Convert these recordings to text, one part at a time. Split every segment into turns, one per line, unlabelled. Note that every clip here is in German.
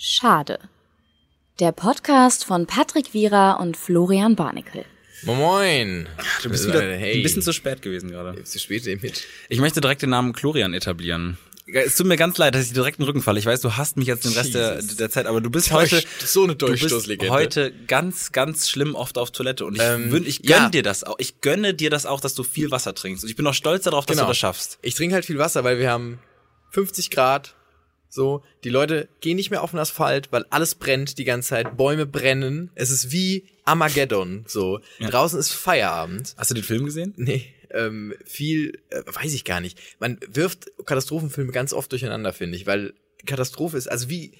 Schade. Der Podcast von Patrick Wierer und Florian Barnikel.
Moin.
Du bist wieder ein bisschen zu spät gewesen gerade.
zu spät mit.
Ich möchte direkt den Namen Chlorian etablieren. Es tut mir ganz leid, dass ich dir direkt einen Rücken falle. Ich weiß, du hasst mich jetzt den Rest der,
Jesus.
der Zeit, aber du bist
Deutsch-
heute
so eine
du bist
Dolchstoßlegende.
heute ganz, ganz schlimm oft auf Toilette und ich,
Ähm,
wün- ich gönne
ja.
dir das auch. Ich gönne dir das auch, dass du viel Wasser trinkst und ich bin auch stolz darauf, dass du das schaffst.
Ich trinke halt viel Wasser, weil wir haben 50 Grad. So, die Leute gehen nicht mehr auf den Asphalt, weil alles brennt die ganze Zeit. Bäume brennen. Es ist wie Armageddon. So, draußen ist Feierabend.
Hast du den Film gesehen?
Nee, ähm, viel, äh, weiß ich gar nicht. Man wirft Katastrophenfilme ganz oft durcheinander, finde ich, weil Katastrophe ist, also wie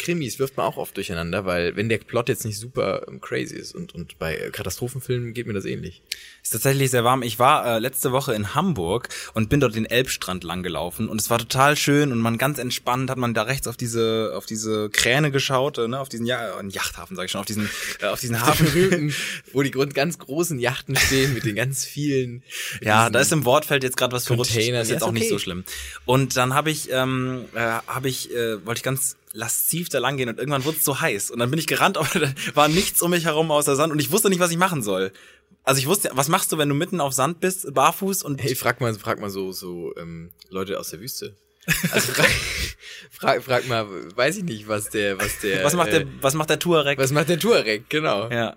Krimis wirft man auch oft durcheinander, weil wenn der Plot jetzt nicht super ähm, crazy ist und, und bei äh, Katastrophenfilmen geht mir das ähnlich.
Ist tatsächlich sehr warm. Ich war äh, letzte Woche in Hamburg und bin dort den Elbstrand lang gelaufen und es war total schön und man ganz entspannt hat man da rechts auf diese auf diese Kräne geschaut, äh, ne, auf diesen ja äh, Yachthafen sag ich schon, auf diesen äh, auf diesen Hafen.
Berühmten, wo die grund- ganz großen Yachten stehen mit den ganz vielen. mit
Ja,
diesen-
da ist im Wortfeld jetzt gerade was verrutscht.
Containern,
Ist
ja,
jetzt
ist
auch nicht
okay.
so schlimm. Und dann habe ich, ähm, äh, habe ich, äh, wollte ich ganz lasziv da lang gehen und irgendwann wurde es so heiß. Und dann bin ich gerannt, aber da war nichts um mich herum außer Sand und ich wusste nicht, was ich machen soll. Also ich wusste, was machst du, wenn du mitten auf Sand bist, barfuß und
Hey, frag mal, frag mal so, so ähm, Leute aus der Wüste. Also frag, frag, frag mal, weiß ich nicht, was der, was der.
was macht der,
äh,
was macht der Tuareg?
was macht der Tuareg? Genau.
Ja,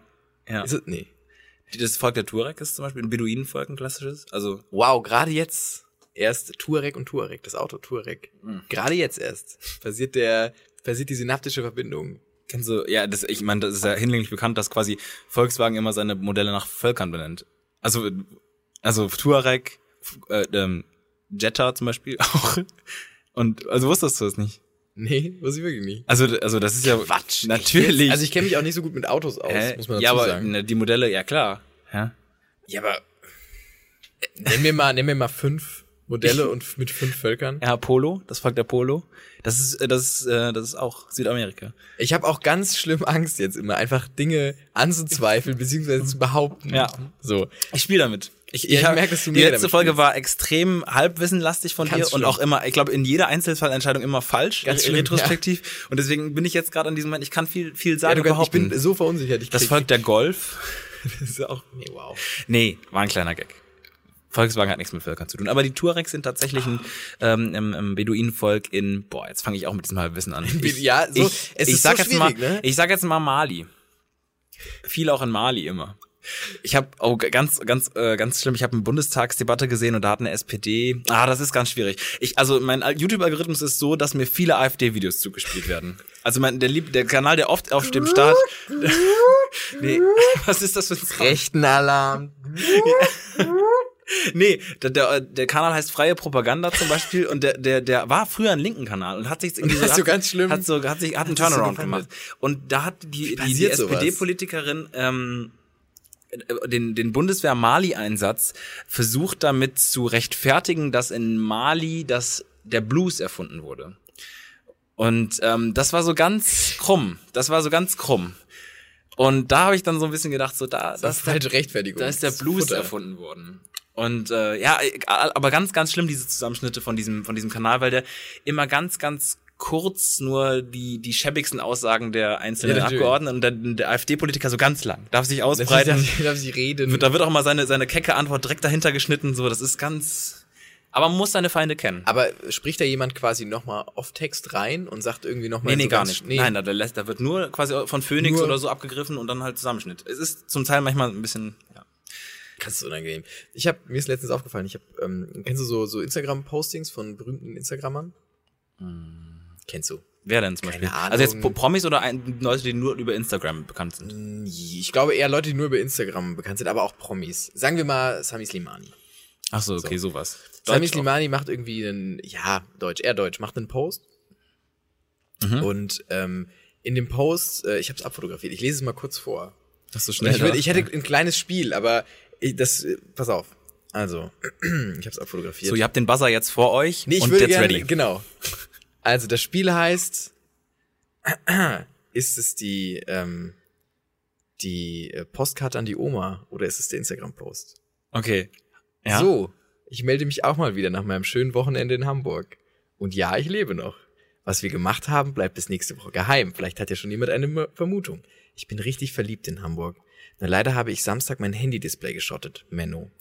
ja.
Ist es, nee.
Das Volk der Tuareg ist zum Beispiel ein Beduinenvolk, ein klassisches. Also
Wow, gerade jetzt erst Touareg und Touareg, das Auto Touareg.
Hm.
Gerade jetzt erst passiert der passiert die synaptische Verbindung.
Kennst du, ja, das, ich meine, das ist ja hinlänglich bekannt, dass quasi Volkswagen immer seine Modelle nach Völkern benennt. Also, also Touareg, äh, ähm, Jetta zum Beispiel auch. Und, also wusstest du es nicht?
Nee, wusste ich wirklich nicht.
Also, also das ist ja. Quatsch. Natürlich.
Also ich kenne mich auch nicht so gut mit Autos aus,
Hä?
muss man dazu
ja, aber
sagen.
ne, die Modelle, ja klar. Ja.
Ja, aber nimm mir mal, nimm mir mal fünf Modelle und f- mit fünf Völkern.
ja, Polo, das Volk der Polo. Das ist, äh, das ist, äh, das ist auch Südamerika.
Ich habe auch ganz schlimm Angst jetzt immer, einfach Dinge anzuzweifeln beziehungsweise zu behaupten.
Ja.
So.
Ich spiele damit. Ich,
Ja, ich
hab-
merk, dass du
die
mega
letzte
damit
Folge
spielst.
war extrem halbwissenlastig von
Ganz
dir und
schlimm.
auch immer, ich glaube, in jeder Einzelfallentscheidung immer falsch,
Ganz
re-
schlimm,
retrospektiv. Und deswegen bin ich jetzt gerade an diesem Moment, ich kann viel, viel
Ja,
sagen
du kannst, ich
überhaupt.
bin so verunsichert. Ich
das
krieg-
Volk der Golf.
das ist auch, nee, wow.
Nee, war ein kleiner Gag. Volkswagen hat nichts mit Völkern zu tun. Aber die Tuaregs sind tatsächlich ein ähm, im, im Beduinenvolk in, boah, jetzt fange ich auch mit diesem Halbwissen an. Ich,
Ja, so,
ich,
es
ich
ist
sag
so
jetzt mal,
schwierig, ne?
Ich sag jetzt mal Mali. Viel auch in Mali immer. Ich habe oh, g- ganz, ganz, äh, ganz schlimm. Ich habe eine Bundestagsdebatte gesehen und da hat eine SPD. Ah, das ist ganz schwierig. Ich, also mein Al- YouTube-Algorithmus ist so, dass mir viele AfD-Videos zugespielt werden. Also mein, der, Lieb der Kanal, der oft auf dem Start. nee, was ist das für ein Sound?
Rechten Alarm.
Nee, der, der, der Kanal heißt Freie Propaganda zum Beispiel und der, der, der war früher ein linken Kanal und hat sich jetzt irgendwie
das ist
hat,
so ganz schlimm.
Hat, so, hat, sich, hat einen
Das ist so
Turnaround gemacht.
gefandet.
Und da hat die, die, die
passiert sowas?
SPD-Politikerin ähm, äh, den, den Bundeswehr-Mali-Einsatz versucht damit zu rechtfertigen, dass in Mali das, der Blues erfunden wurde. Und ähm, das war so ganz krumm. Das war so ganz krumm. Und da habe ich dann so ein bisschen gedacht, so da,
Das ist halt Rechtfertigung.
da ist der
Das ist
Blues
Futter.
erfunden worden. Und äh, ja, äh, aber ganz, ganz schlimm diese Zusammenschnitte von diesem von diesem Kanal, weil der immer ganz, ganz kurz nur die die schäbigsten Aussagen der einzelnen
Ja, natürlich.
Abgeordneten und der, der AfD-Politiker so ganz lang darf sich
Das ist,
ausbreiten.
darf, darf ich reden.
da wird auch mal seine seine kecke Antwort direkt dahinter geschnitten. So, das ist ganz. Aber man muss seine Feinde kennen.
Aber spricht da jemand quasi nochmal auf Text rein und sagt irgendwie nochmal.
Nee, nee,
so
gar
ganz-
nicht. Nein, da, da lässt- da wird nur quasi von Phoenix
Nur-
oder so abgegriffen und dann halt Zusammenschnitt. Es ist zum Teil manchmal ein bisschen. Ja.
Das ist unangenehm. Ich habe mir ist letztens aufgefallen, ich habe, ähm, kennst du so, so Instagram-Postings von berühmten Instagrammern?
Hm.
Kennst du?
Wer denn zum Beispiel?
Ahnung.
Also jetzt Pro- Promis oder ein, Leute, die nur über Instagram bekannt sind?
Ich glaube eher Leute, die nur über Instagram bekannt sind, aber auch Promis. Sagen wir mal Sami Slimani.
Ach so, okay, sowas.
Sami
Deutsch auch.
Slimani macht irgendwie einen, ja, Deutsch, eher Deutsch, macht einen Post.
Mhm.
Und ähm, in dem Post, äh, ich habe es abfotografiert, ich lese es mal kurz vor.
Das ist so schnell.
Ich, würd,
da.
ich hätte ein kleines Spiel, aber ich, das, äh, pass auf. Also, ich habe es abfotografiert.
so, ihr habt den Buzzer jetzt vor euch
nee, ich
und
würde
jetzt
gerne,
ready.
genau. Also, das Spiel heißt, ist es die, ähm, die äh, Postkarte an die Oma oder ist es der Instagram-Post?
Okay. Ja.
So, ich melde mich auch mal wieder nach meinem schönen Wochenende in Hamburg. Und ja, ich lebe noch. Was wir gemacht haben, bleibt bis nächste Woche geheim. Vielleicht hat ja schon jemand eine M- Vermutung. Ich bin richtig verliebt in Hamburg. Na, leider habe ich Samstag mein Handy-Display geschottet. Menno.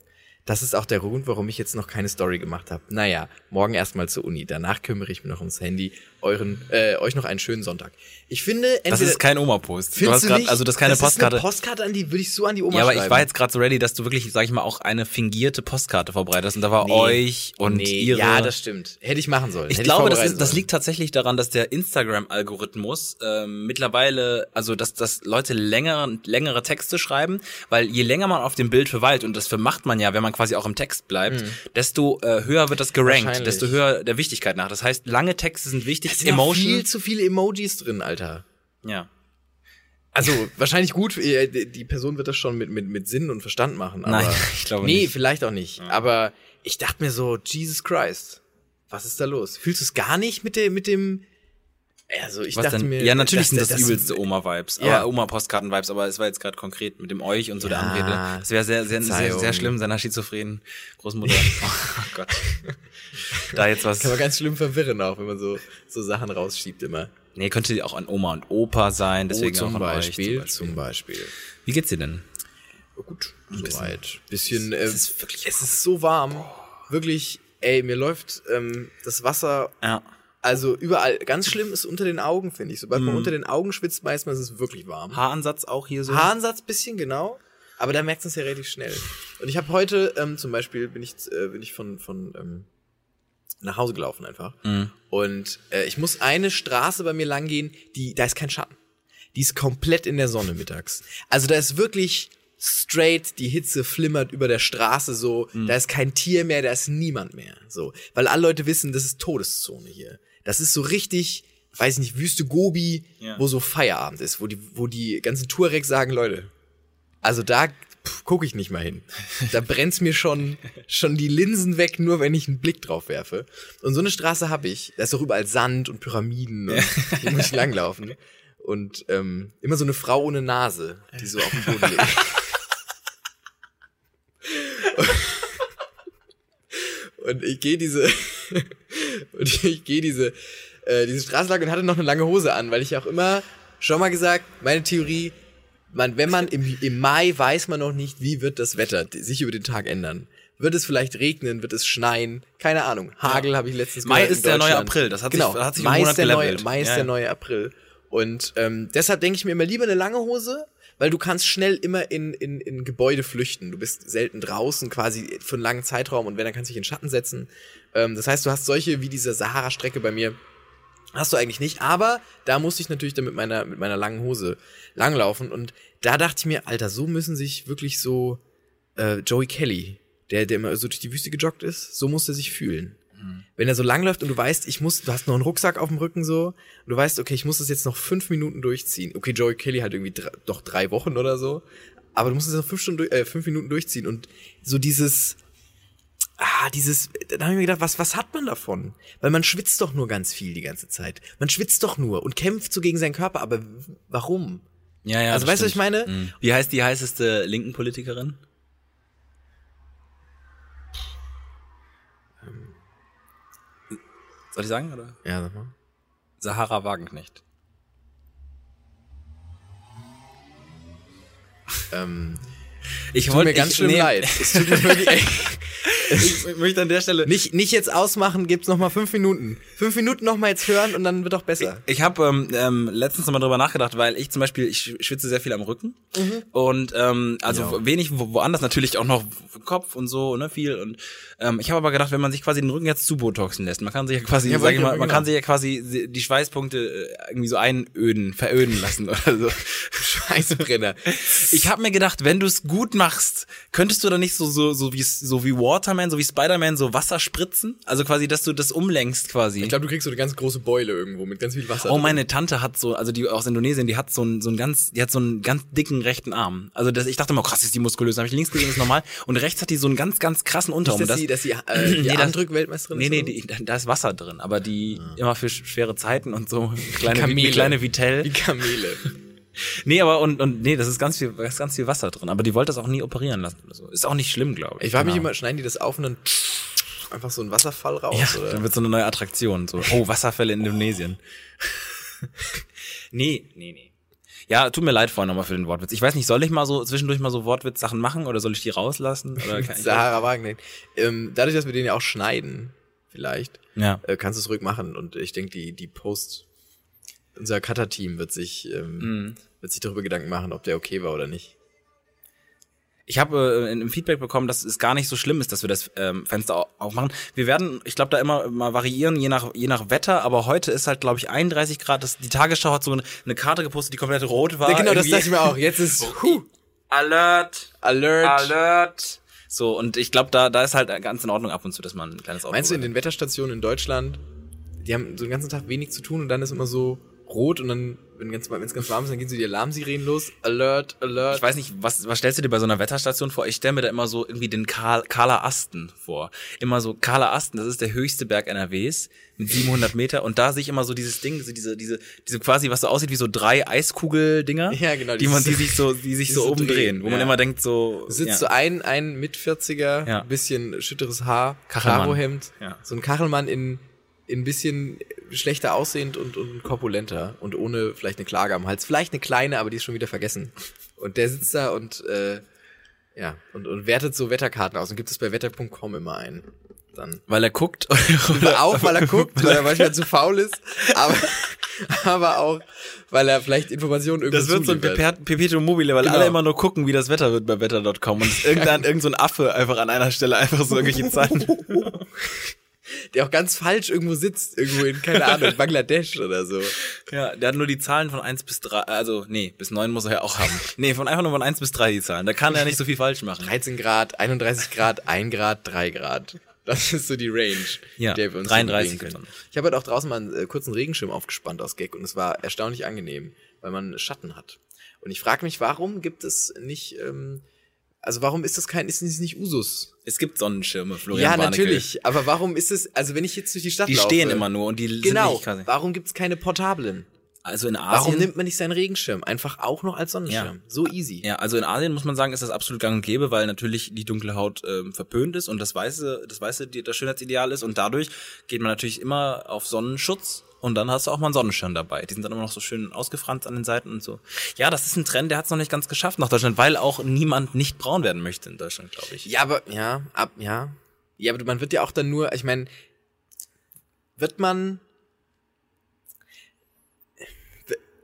Das ist auch der Grund, warum ich jetzt noch keine Story gemacht habe. Naja, morgen erstmal zur Uni. Danach kümmere ich mich noch ums Handy. Euren, äh, euch noch einen schönen Sonntag. Ich finde, entweder,
Das ist kein Oma-Post. Du
Findest
hast grad,
nicht?
also das ist keine Postkarte.
Ist eine Postkarte an die würde ich so an die Oma
ja, aber
schreiben.
ich war jetzt gerade so ready, dass du wirklich, sag ich mal, auch eine fingierte Postkarte verbreitest und da war
Nee. Oh
euch und
nee,
ihre.
Ja, das stimmt. Hätte ich machen sollen.
ich
Hätte
glaube, das,
vorbereiten
ist, das
sollen.
liegt tatsächlich daran, dass der Instagram-Algorithmus ähm, mittlerweile, also dass, dass Leute längere, längere Texte schreiben, weil je länger man auf dem Bild verweilt, und das vermacht man ja, wenn man quasi auch im Text bleibt, desto äh, höher wird das gerankt,
Mhm. Wahrscheinlich.
desto höher der Wichtigkeit nach. Das heißt, lange Texte sind wichtig,
Es sind auch viel
Emotion.
zu viele Emojis drin, Alter.
Ja.
Also wahrscheinlich gut, äh, die die Person wird das schon mit, mit, mit Sinn und Verstand machen. Aber
Nein, ich glaube
nee,
nicht.
vielleicht auch nicht. Aber ich dachte mir so, Jesus Christ, was ist da los? Fühlst du es gar nicht mit dem, mit dem? Also ich
Was
dachte
denn?
mir,
ja, natürlich sind
dass-
das, übelste Oma-Vibes,
Ja.
aber Oma-Postkarten-Vibes, aber es war jetzt gerade konkret mit dem Euch und so der
Ja,
Anrede. Es wäre sehr, sehr, sehr, sehr
Verzeihung.
schlimm, seiner schizophrenen Großmutter. oh Gott. Da jetzt was.
Kann man ganz schlimm verwirren auch, wenn man so, so Sachen rausschiebt immer.
Nee, könnte auch an Oma und Opa sein, deswegen auch an euch.
zum Oh, Beispiel.
Wie geht's dir denn?
Gut,
bisschen.
soweit. Bisschen, äh,
Es ist wirklich-
es ist so warm. Wirklich, ey, mir läuft ähm, das Wasser,
Ja.
also überall, ganz schlimm ist unter den Augen, finde ich.
Mhm.
Sobald man unter den Augen schwitzt, weiß man, es ist wirklich warm.
Haaransatz auch hier so.
Haaransatz bisschen genau, aber da merkt man es ja relativ schnell. Und ich habe heute ähm, zum Beispiel, bin ich, äh, bin ich von, von ähm, nach Hause gelaufen einfach.
Mhm.
Und äh, ich muss eine Straße bei mir lang gehen, die, da ist kein Schatten. Die ist komplett in der Sonne mittags. Also da ist wirklich straight, die Hitze flimmert über der Straße so,
Mhm.
da ist kein Tier mehr, da ist niemand mehr. So. Weil alle Leute wissen, das ist Todeszone hier. Das ist so richtig, weiß nicht, Wüste Gobi,
Ja.
wo so Feierabend ist, wo die, wo die ganzen Tuareg sagen, Leute, also da gucke ich nicht mal hin. Da brennt's mir schon, schon die Linsen weg, nur wenn ich einen Blick drauf werfe. Und so eine Straße habe ich. Da ist doch überall Sand und Pyramiden und hier muss ich langlaufen. Und ähm, immer so eine Frau ohne Nase, die so auf dem Boden liegt. Und ich gehe diese, und ich gehe diese, äh, diese Straße lang und hatte noch eine lange Hose an, weil ich auch immer schon mal gesagt, meine Theorie, man, wenn man im, im Mai weiß man noch nicht, wie wird das Wetter d- sich über den Tag ändern. Wird es vielleicht regnen, wird es schneien, keine Ahnung. Hagel habe ich letztens
Mai
gehört in
ist der neue
Deutschland.
April, das hat sich-
genau.
hat sich im
Mai
Monat
ist der neue,
gelevelt.
Mai ist
Ja, ja.
der neue April. Und ähm, deshalb denke ich mir immer lieber eine lange Hose, weil du kannst schnell immer in, in, in Gebäude flüchten. Du bist selten draußen quasi für einen langen Zeitraum und wenn, dann kannst du dich in Schatten setzen. Ähm, das heißt, du hast solche wie diese Sahara-Strecke bei mir. Hast du eigentlich nicht, aber da musste ich natürlich dann mit meiner, mit meiner langen Hose langlaufen und da dachte ich mir, Alter, so müssen sich wirklich so äh, Joey Kelly, der, der immer so durch die Wüste gejoggt ist, so muss er sich fühlen. Wenn er so langläuft und du weißt, ich muss, du hast noch einen Rucksack auf dem Rücken so, und du weißt, okay, ich muss das jetzt noch fünf Minuten durchziehen. Okay, Joey Kelly hat irgendwie dr doch drei Wochen oder so, aber du musst es noch fünf, Stunden, durch- äh, fünf Minuten durchziehen und so dieses, ah, dieses, dann habe ich mir gedacht, was, was hat man davon? Weil man schwitzt doch nur ganz viel die ganze Zeit. Man schwitzt doch nur und kämpft so gegen seinen Körper, aber w- warum?
Ja, ja.
Also
das
weißt du, was ich meine?
stimmt. Mhm. Wie heißt die heißeste linken Politikerin?
Ähm.
Soll ich sagen, oder?
Ja, sag mal.
Sahara Wagenknecht.
Ähm,
Ich
tut mir ganz schlimm leid. Es tut mir wirklich, ey,
Ich möchte an der Stelle.
nicht, nicht jetzt ausmachen, gibt's noch mal fünf Minuten. Fünf Minuten noch mal jetzt hören und dann wird auch besser.
Ich habe ähm, ähm, letztens nochmal drüber nachgedacht, weil ich zum Beispiel, ich sch- schwitze sehr viel am Rücken und ähm, also
Ja.
wo- wenig wo, woanders natürlich auch noch im Kopf und so ne viel und ähm, ich habe aber gedacht, wenn man sich quasi den Rücken jetzt zu Botoxen lässt, man kann sich ja quasi,
Ja,
sag ich
wollte ich
mal,
auch
man
genau.
kann sich ja quasi se- die Schweißpunkte äh, irgendwie so einöden, veröden lassen oder so.
Scheißbrenner.
Ich habe mir gedacht, wenn du es gut machst, könntest du dann nicht so so so wie so wie Waterman, so wie Spider-Man so Wasser spritzen? Also quasi, dass du das umlenkst quasi.
Ich glaube, du kriegst so eine ganz große Beule irgendwo mit ganz viel Wasser.
Oh,
drin.
meine Tante hat so, also die aus Indonesien, die hat so einen, so einen ganz, die hat so einen ganz dicken rechten Arm. Also das, ich dachte mal, krass, ist die muskulös. Dann habe ich links gesehen, ist normal. Und rechts hat die so einen ganz, ganz krassen Unterarm.
Nicht, dass,
Und das,
sie, dass sie äh, die
Nee, das-
Armdrück-Weltmeisterin
nee,
ist
nee,
oder so?
die, da- da ist Wasser drin. Aber die immer für sch- schwere Zeiten und so. Kleine,
Kamele.
wie kleine Vitell.
Die Kamele.
Nee, aber und, und nee, das ist ganz viel, ganz, ganz viel Wasser drin. Aber die wollte das auch nie operieren lassen oder so. Ist auch nicht schlimm, glaube ich.
Ich frage mich
Keine
immer, schneiden die das auf und dann einfach so ein Wasserfall raus.
Ja,
oder?
dann wird so eine neue Attraktion. So, oh, Wasserfälle in Indonesien. nee, nee, nee. Ja, tut mir leid vorhin nochmal für den Wortwitz. Ich weiß nicht, soll ich mal so zwischendurch mal so Wortwitz-Sachen machen oder soll ich die rauslassen? Oder kann ich
Sahara Wagner. Ähm, dadurch, dass wir den ja auch schneiden, vielleicht,
ja.
äh, kannst du es ruhig machen. Und ich denke, die, die Post, unser Cutter-Team wird sich, ähm,
Mhm.
wird sich darüber Gedanken machen, ob der okay war oder nicht.
Ich habe äh, im Feedback bekommen, dass es gar nicht so schlimm ist, dass wir das ähm, Fenster au- aufmachen. Wir werden, ich glaube, da immer mal variieren, je nach, je nach Wetter, aber heute ist halt, glaube ich, 31 Grad. Das, die Tagesschau hat so eine, eine Karte gepostet, die komplett rot war.
Ja, genau, das
Ah, Irgendwie-
dachte ich mir auch. Jetzt ist huh,
Alert!
Alert.
Alert! So, und ich glaube, da, da ist halt ganz in Ordnung ab und zu, dass man ein kleines Auto
Meinst du, in den Wetterstationen in Deutschland, die haben so den ganzen Tag wenig zu tun und dann ist immer so rot und dann, wenn es ganz, wenn's ganz warm ist, dann gehen so die Alarmsirenen los. Alert, alert.
Ich weiß nicht, was, was stellst du dir bei so einer Wetterstation vor? Ich stelle mir da immer so irgendwie den Karl, Kahler Asten vor. Immer so Kahler Asten, das ist der höchste Berg NRWs mit 700 Meter. Und da sehe ich immer so dieses Ding, so diese, diese, diese quasi, was so aussieht wie so drei Eiskugeldinger.
Ja, genau,
Die man, die
dieses-
sich so, die sich
die
so
so
oben drehen,
drehen,
wo man
ja.
immer denkt so.
sitzt
ja.
so ein, ein mit 40er,
Ja.
bisschen schütteres Haar,
Kachelmann.
Karohemd,
Ja.
so ein Kachelmann in, in ein bisschen schlechter aussehend und, und korpulenter und ohne vielleicht eine Klage am Hals. Vielleicht eine kleine, aber die ist schon wieder vergessen. Und der sitzt da und, äh, ja, und, und wertet so Wetterkarten aus und gibt es bei wetter.com immer ein. Dann.
Weil er guckt.
Auch weil er guckt, weil er manchmal zu faul ist, aber, aber auch, weil er vielleicht Informationen irgendwo
Das wird so ein
zuliefert.
Perpet- Perpetuum mobile, weil
Genau.
alle immer nur gucken, wie das Wetter wird bei wetter.com und irgendein, irgend so ein Affe einfach an einer Stelle einfach so irgendwelche Zahlen.
der auch ganz falsch irgendwo sitzt, irgendwo in, keine Ahnung, Bangladesch oder so.
Ja, der hat nur die Zahlen von 1 bis 3, also nee, bis 9 muss er ja auch haben. Nee, von einfach nur von 1 bis 3 die Zahlen. Da kann er nicht so viel falsch machen.
13 Grad, 31 Grad, 1 Grad, 3 Grad. Das ist so die Range,
Ja,
in der wir uns
33
bewegen können.
Grad.
Ich habe halt auch draußen mal einen äh, kurzen Regenschirm aufgespannt aus Gag und es war erstaunlich angenehm, weil man Schatten hat. Und ich frage mich, warum gibt es nicht, ähm, also warum ist das kein, ist es nicht Usus?
Es gibt Sonnenschirme, Florian
Ja,
Warnecke.
natürlich, aber warum ist es, also wenn ich jetzt durch die Stadt
Die
laufe.
stehen immer nur und die sind
Genau,
nicht quasi.
warum gibt es keine Portablen?
Also in Asien.
Warum nimmt man nicht seinen Regenschirm? Einfach auch noch als Sonnenschirm.
Ja.
So easy.
ja, also in Asien muss man sagen, ist das absolut gang und gäbe, weil natürlich die dunkle Haut ähm, verpönt ist und das Weiße, das Weiße die- das Schönheitsideal ist und dadurch geht man natürlich immer auf Sonnenschutz und dann hast du auch mal einen Sonnenschirm dabei. Die sind dann immer noch so schön ausgefranst an den Seiten und so. Ja, das ist ein Trend, der hat es noch nicht ganz geschafft nach Deutschland, weil auch niemand nicht braun werden möchte in Deutschland, glaube ich.
Ja, aber ja, ab ja. Ja, aber man wird ja auch dann nur, ich meine, wird man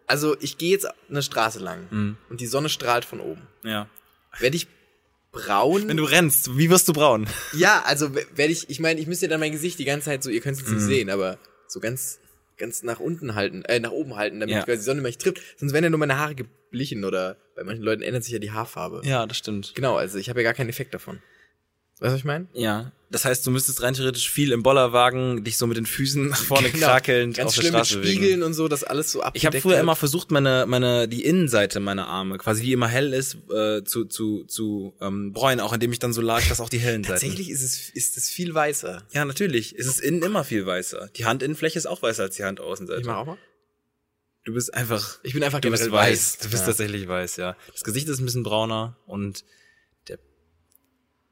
also ich gehe jetzt eine Straße lang
Mhm.
und die Sonne strahlt von oben.
Ja.
Werde ich braun?
Wenn du rennst, wie wirst du braun?
ja, also w- werde ich, ich meine, ich müsste ja dann mein Gesicht die ganze Zeit so, ihr könnt es jetzt
Mhm.
nicht sehen, aber so ganz ganz nach unten halten, äh, nach oben halten, damit
Ja.
quasi die Sonne mich trifft. Sonst wären ja nur meine Haare geblichen oder bei manchen Leuten ändert sich ja die Haarfarbe.
Ja, das stimmt.
Genau, also ich habe ja gar keinen Effekt davon. Weißt du, was ich meine?
Ja. Das heißt, du müsstest rein theoretisch viel im Bollerwagen, dich so mit den Füßen nach vorne
Genau.
krakelnd
Ganz
auf der
schlimm mit
Straße
Spiegeln
bewegen.
und so, dass alles so abgedeckt
Ich habe früher
wird.
immer versucht, meine, meine, die Innenseite meiner Arme, quasi wie immer hell ist, äh, zu, zu, zu ähm, bräunen, auch indem ich dann so lag, dass auch die hellen Seiten.
Tatsächlich ist es, ist es viel weißer.
Ja, natürlich. Es ist innen immer viel weißer. Die Handinnenfläche ist auch weißer als die Handaußenseite.
mach auch mal.
Du bist einfach.
Ich bin einfach
Du bist
generell
weiß.
weiß.
Du bist
Ja.
tatsächlich weiß, ja. Das Gesicht ist ein bisschen brauner und der.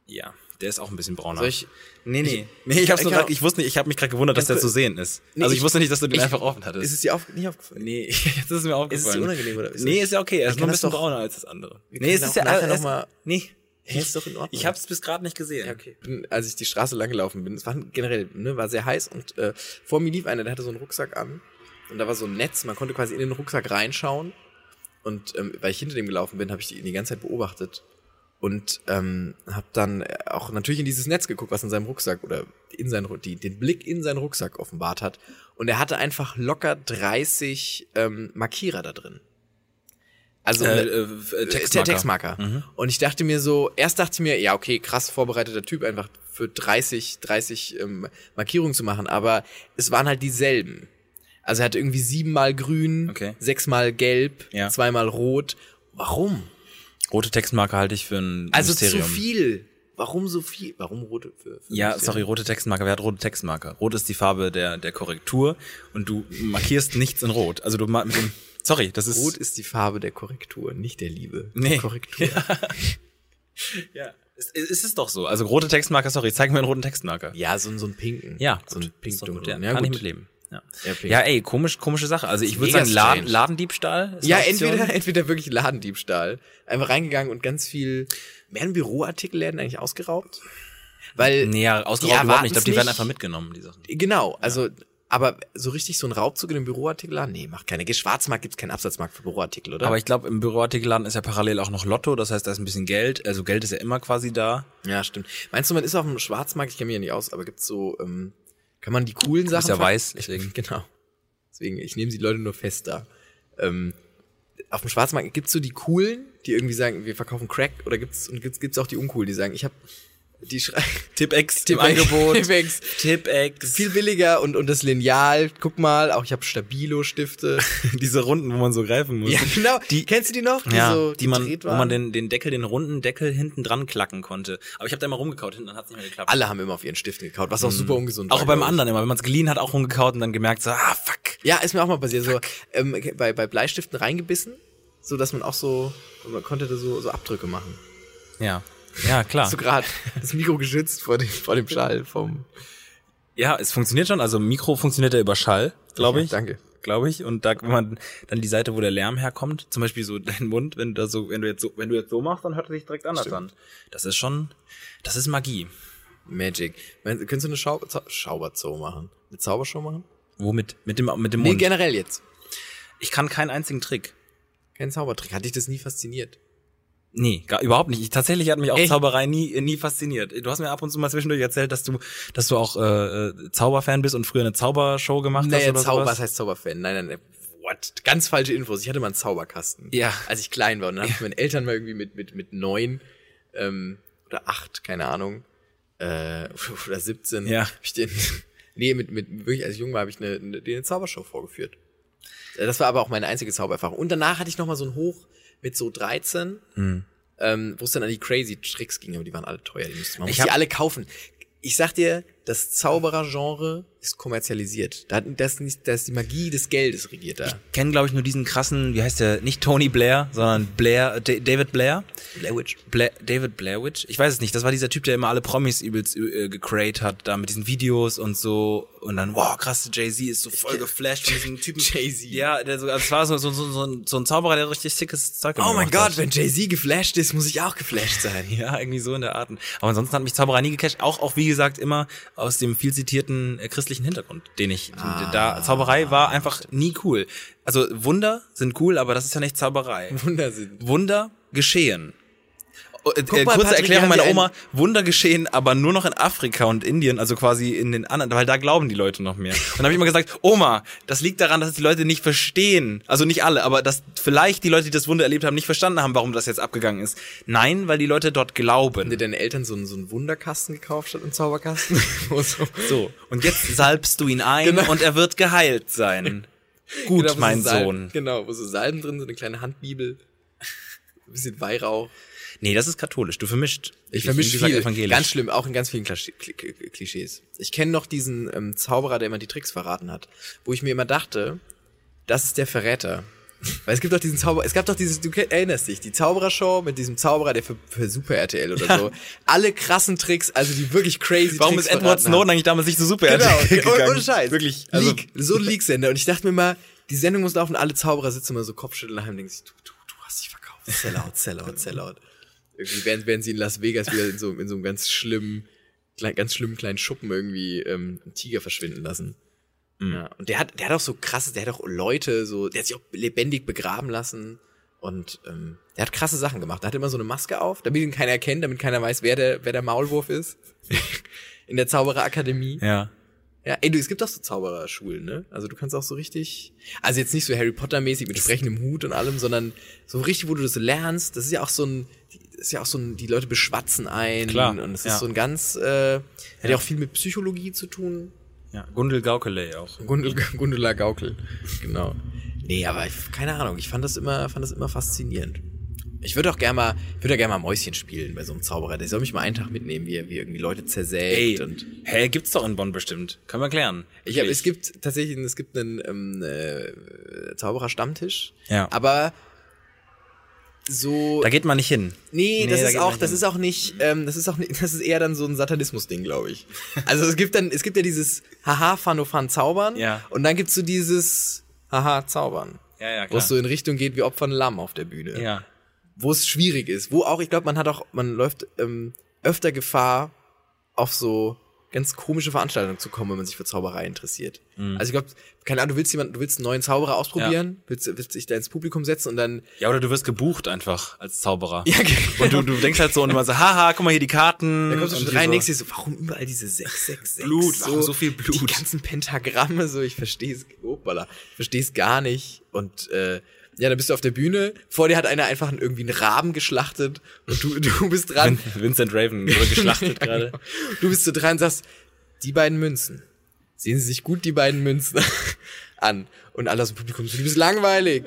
Ja, der ist auch ein bisschen brauner.
Soll ich,
Nee, nee. nee, ich hab's nur
Ich kann
grad, ich wusste nicht, ich habe mich gerade gewundert, dass
Ganz
der
kurz-
zu sehen ist.
Nee,
also ich,
ich-
wusste nicht, dass du den
ich-
einfach offen hattest.
ist es dir auf, nicht aufgefallen?
nee, jetzt ist es mir aufgefallen.
Ist es dir unangenehm oder ist
Nee,
es-
ist ja okay, er
Wir
ist noch ein
können das
bisschen
doch-
brauner als das andere.
wir können auch nachher noch mal-
Nee.
Hä, ist doch in Ordnung.
äh, Ich hab's bis gerade nicht gesehen.
Ja, okay. Bin, als ich die Straße lang gelaufen bin, es war generell, ne, war sehr heiß und äh, vor mir lief einer, der hatte so einen Rucksack an und da war so ein Netz, man konnte quasi in den Rucksack reinschauen und ähm, weil ich hinter dem gelaufen bin, habe ich ihn die ganze Zeit beobachtet und ähm, habe dann äh, auch natürlich in dieses Netz geguckt, was in seinem Rucksack oder in seinen Ru- die, den Blick in seinen Rucksack offenbart hat und er hatte einfach locker 30 ähm, Markierer da drin. Also
Äh,
ne-
äh, f- äh,
Textmarker. Textmarker.
Mhm.
Und ich dachte mir so, erst dachte ich mir, ja, okay, krass vorbereiteter Typ, einfach für 30, 30 ähm, Markierungen zu machen, aber es waren halt dieselben. Also er hatte irgendwie siebenmal grün,
Okay.
sechsmal gelb,
Ja.
zweimal rot. Warum?
Rote Textmarker halte ich für ein
Also
Mysterium.
zu viel. Warum so viel? Warum rote für, für
Ja,
Mysterium?
sorry, rote Textmarker. Wer hat rote Textmarker? Rot ist die Farbe der, der Korrektur und du markierst nichts in Rot. Also du ma- mit dem, sorry, das ist.
Rot ist die Farbe der Korrektur, nicht der Liebe.
Nee.
Korrektur.
Ja. Es, es ist es doch so. Also rote Textmarker, sorry, zeig mir einen roten Textmarker.
Ja, so, ein- so ein pinken.
Ja,
so ein
gut. Ist doch gut,
pinkdunklen.
Ja, kann ich mitleben. Ja.
Ja, pink.
ja, ey, komisch, komische Sache. Also ich würde
Mega
sagen, Laden,
strange.
Ladendiebstahl ist
Ja,
eine Option.
entweder, entweder wirklich Ladendiebstahl. Einfach reingegangen und ganz viel. Werden Büroartikelläden eigentlich ausgeraubt? Weil.
Nee, ja, ausgeraubt
Ja,
überhaupt
warten's
nicht. Ich glaube, die werden
nicht.
einfach mitgenommen, die Sachen.
Genau, also, aber so richtig so ein Raubzug in einem Büroartikelladen? Nee, macht keine. Schwarzmarkt gibt's keinen Absatzmarkt für Büroartikel, oder?
Aber ich glaube, im Büroartikelladen ist ja parallel auch noch Lotto, das heißt, da ist ein bisschen Geld. Also Geld ist ja immer quasi da.
ja, stimmt. Meinst du, man ist auf dem Schwarzmarkt? Ich kenne mich ja nicht aus, aber gibt's so, ähm, kann man die coolen Sachen.
bist ja
verk-
weiß, deswegen.
Genau. Deswegen, ich nehme die Leute nur fest da. Ähm, auf dem Schwarzmarkt gibt's so die coolen, die irgendwie sagen, wir verkaufen Crack, oder gibt's, und gibt's, gibt's auch die uncoolen, die sagen, ich habe die Schrei
Tippex
Tipp-
im Angebot.
Tippex.
Tippex.
viel billiger und, und das Lineal, guck mal, auch ich habe Stabilo-Stifte.
Diese Runden, wo man so greifen muss.
ja, genau. Die, kennst du die noch?
Ja,
so
die man,
gedreht
wo
waren?
man den, den Deckel, den runden Deckel hinten dran klacken konnte. Aber ich habe da immer rumgekaut, hinten hat es nicht mehr geklappt.
Alle haben immer auf ihren Stiften gekaut, was auch super ungesund
Mhm. auch
war,
beim
glaub ich.
anderen immer, wenn man es geliehen hat, auch rumgekaut und dann gemerkt so, ah, fuck.
Ja, ist mir auch mal passiert. So, ähm, bei, bei Bleistiften reingebissen, so dass man auch so, man konnte da so, so Abdrücke machen.
Ja, ja, klar.
So gerade das Mikro geschützt vor dem, vor dem Schall vom.
Ja, es funktioniert schon. Also Mikro funktioniert ja über Schall, glaube
Ja,
ich.
danke.
Glaube ich. Und da, wenn man dann die Seite, wo der Lärm herkommt, zum Beispiel so dein Mund, wenn du da so, wenn du jetzt so, wenn du jetzt so machst, dann hört es sich direkt anders
Stimmt.
an. Das ist schon, das ist Magie.
Magic. Meinst, könntest du eine Schau Zau Schauberzoo machen? Eine Zaubershow machen?
Womit? Mit dem, mit dem
Nee,
Mund.
generell jetzt.
ich kann keinen einzigen Trick.
Kein Zaubertrick. Hat dich das nie fasziniert?
Nee, gar, überhaupt nicht. Ich, tatsächlich hat mich auch
Echt?
Zauberei nie, äh, nie fasziniert. Du hast mir ab und zu mal zwischendurch erzählt, dass du, dass du auch äh, äh, Zauberfan bist und früher eine Zaubershow gemacht hast
Naja,
oder
Zauber, was
sowas.
heißt Zauberfan? Nein, nein, nein. What? Ganz falsche Infos. Ich hatte mal einen Zauberkasten.
Ja.
Als ich klein war. Und dann habe ich meinen Eltern mal irgendwie mit, mit, mit neun ähm, oder acht, keine Ahnung, äh, oder 17.
Ja.
Hab ich den, nee, mit, mit, wirklich als ich jung war, habe ich eine, eine, denen eine Zaubershow vorgeführt. Äh, Das war aber auch meine einzige Zaubererfahrung. Und danach hatte ich nochmal so einen Hoch mit so 13, ähm, wo es dann an die crazy Tricks ging, aber die waren alle teuer. Die musste, man
Ich
muss die
hab-
alle kaufen. Ich sag dir, das Zauberer-Genre ist kommerzialisiert. Da, hat- das, ist nicht, das ist die Magie des Geldes regiert da.
Kenn, glaube ich, nur diesen krassen, wie heißt der, nicht Tony Blair, sondern Blair, D David Blair.
Blair Witch.
Bla David Blair Witch? Ich weiß es nicht. Das war dieser Typ, der immer alle Promis übelst äh, gecrate hat, da mit diesen Videos und so. Und dann, wow, krass, Jay-Z ist so voll geflasht von diesem Typen.
Jay-Z.
Ja, der so, also es war so, so, so, so, ein, so ein Zauberer, der richtig sickes Zeug
Oh mein
gemacht hat.
Gott, wenn Jay-Z geflasht ist, muss ich auch geflasht sein.
Ja, irgendwie so in der Art. Aber ansonsten hat mich Zauberei nie gecatcht. Auch, auch wie gesagt, immer aus dem viel zitierten äh, christlichen Hintergrund, den ich
Ah.
da. Zauberei war einfach nie cool. Also Wunder sind cool, aber das ist ja nicht Zauberei.
Wundersinn.
Wunder geschehen. Äh, äh,
mal,
kurze
Patrick,
Erklärung
wir haben
meiner
hier
Oma, Wunder geschehen, aber nur noch in Afrika und Indien, also quasi in den anderen, weil da glauben die Leute noch mehr. Und dann habe ich immer gesagt, Oma, das liegt daran, dass die Leute nicht verstehen, also nicht alle, aber dass vielleicht die Leute, die das Wunder erlebt haben, nicht verstanden haben, warum das jetzt abgegangen ist. Nein, weil die Leute dort glauben.
Haben dir deine Eltern so einen, so einen Wunderkasten gekauft statt einen Zauberkasten? Wo so,
So, und jetzt salbst du ihn ein
Genau.
und er wird geheilt sein. Gut,
Genau, wo so
mein
Salben-
Sohn.
Genau, wo so Salben drin sind, eine kleine Handbibel, ein bisschen Weihrauch.
Nee, das ist katholisch, du vermischt.
Ich vermische
wie gesagt,
viel.
evangelisch.
Ganz schlimm, auch in ganz vielen Klasch- Kli- Kli- Klischees. Ich kenne noch diesen ähm, Zauberer, der immer die Tricks verraten hat, wo ich mir immer dachte, das ist der Verräter. Weil es gibt doch diesen Zauberer, es gab doch dieses, du ke- erinnerst dich, die Zauberershow mit diesem Zauberer, der für, für Super RTL oder so, alle krassen Tricks, also die wirklich crazy
Warum
Tricks
ist Edward
verraten haben.
Snowden eigentlich damals nicht so super
Genau,
RTL
ohne,
gegangen?
ohne Scheiß.
Wirklich. also
Leak, so ein Leak-Sender. Und ich dachte mir mal, die Sendung muss laufen, alle Zauberer sitzen immer so Kopfschütteln daheim und denken sich, du, du, du hast dich verkauft. Sellout, Sellout, Sellout. Irgendwie werden, werden sie in Las Vegas wieder in so, in so einem ganz schlimmen, klein, ganz schlimmen kleinen Schuppen irgendwie ähm, einen Tiger verschwinden lassen.
Mhm.
Ja, und der hat, der hat auch so krasses, der hat auch Leute so, der hat sich auch lebendig begraben lassen und ähm, der hat krasse Sachen gemacht. Der hat immer so eine Maske auf, damit ihn keiner erkennt, damit keiner weiß, wer der, wer der Maulwurf ist. in der Zaubererakademie.
ja.
Ja, ey, du, es gibt auch so Zaubererschulen, ne? Also du kannst auch so richtig, also jetzt nicht so Harry Potter-mäßig mit sprechendem Hut und allem, sondern so richtig, wo du das lernst, das ist ja auch so ein, das ist ja auch so ein, die Leute beschwatzen ein
Klar,
und es
ja.
ist so ein ganz, äh, hat ja auch viel mit Psychologie zu tun.
ja. Gundel Gaukeley auch.
Gundel, Gundula Gaukel, genau. Nee, aber ich, keine Ahnung, ich fand das immer, fand das immer faszinierend. Ich würde auch gerne mal, ich würde ja gerne mal Mäuschen spielen bei so einem Zauberer. Der soll mich mal einen Tag mitnehmen, wie er wie er irgendwie Leute zersägt
Ey,
und.
hä, gibt's doch in Bonn bestimmt. Können wir klären.
Ich hab,
Wirklich.
es gibt tatsächlich, es gibt einen ähm, äh, Zauberer-Stammtisch,
Ja.
aber so.
Da geht man nicht hin.
Nee,
Nee,
das
da
ist
geht
auch,
man
das
hin.
ist auch nicht, ähm, das ist auch nicht, das ist eher dann so ein Satanismus-Ding, glaube ich. Also es gibt dann, es gibt ja dieses Haha, Fanofan zaubern.
Ja.
Und dann gibt's so dieses Haha, zaubern.
Ja, ja,
Wo es so in Richtung geht wie Opfern Lamm auf der Bühne.
ja.
Wo es schwierig ist. Wo auch, ich glaube, man hat auch, man läuft ähm, öfter Gefahr, auf so ganz komische Veranstaltungen zu kommen, wenn man sich für Zauberei interessiert.
Mhm.
Also ich glaube, keine Ahnung, du willst jemanden, du willst einen neuen Zauberer ausprobieren, willst, willst dich da ins Publikum setzen und dann
Ja, oder du wirst gebucht einfach als Zauberer.
Ja, genau.
Und du, du denkst halt so und immer so, haha, guck mal hier die Karten.
Da kommst du
und
schon
hier
rein,
so.
denkst dir so, warum überall diese 666?
Blut, warum so viel Blut?
Die ganzen Pentagramme, so, ich versteh's, opala, versteh's gar nicht. Und, äh, ja, dann bist du auf der Bühne, vor dir hat einer einfach einen- irgendwie einen Raben geschlachtet und du, du bist dran,
Vin- Vincent Raven wurde geschlachtet
Ja,
gerade.
genau. Du bist so dran und sagst, die beiden Münzen. Sehen Sie sich gut die beiden Münzen an. Und alle aus dem Publikum so, du bist langweilig.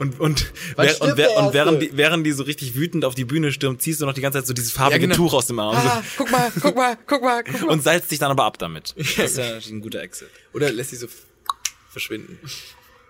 Und, und,
Wann
wer,
stirbt
und, wer,
der
und während,
Erste?
die, während die so richtig wütend auf die Bühne stürmt, ziehst du noch die ganze Zeit so dieses farbige
genau.
Tuch aus dem Arm
Ah, guck mal, guck mal, guck mal, guck
so,
mal.
und salzt dich dann aber ab damit. Das ist ja ein guter Exit.
Oder lässt sie so verschwinden.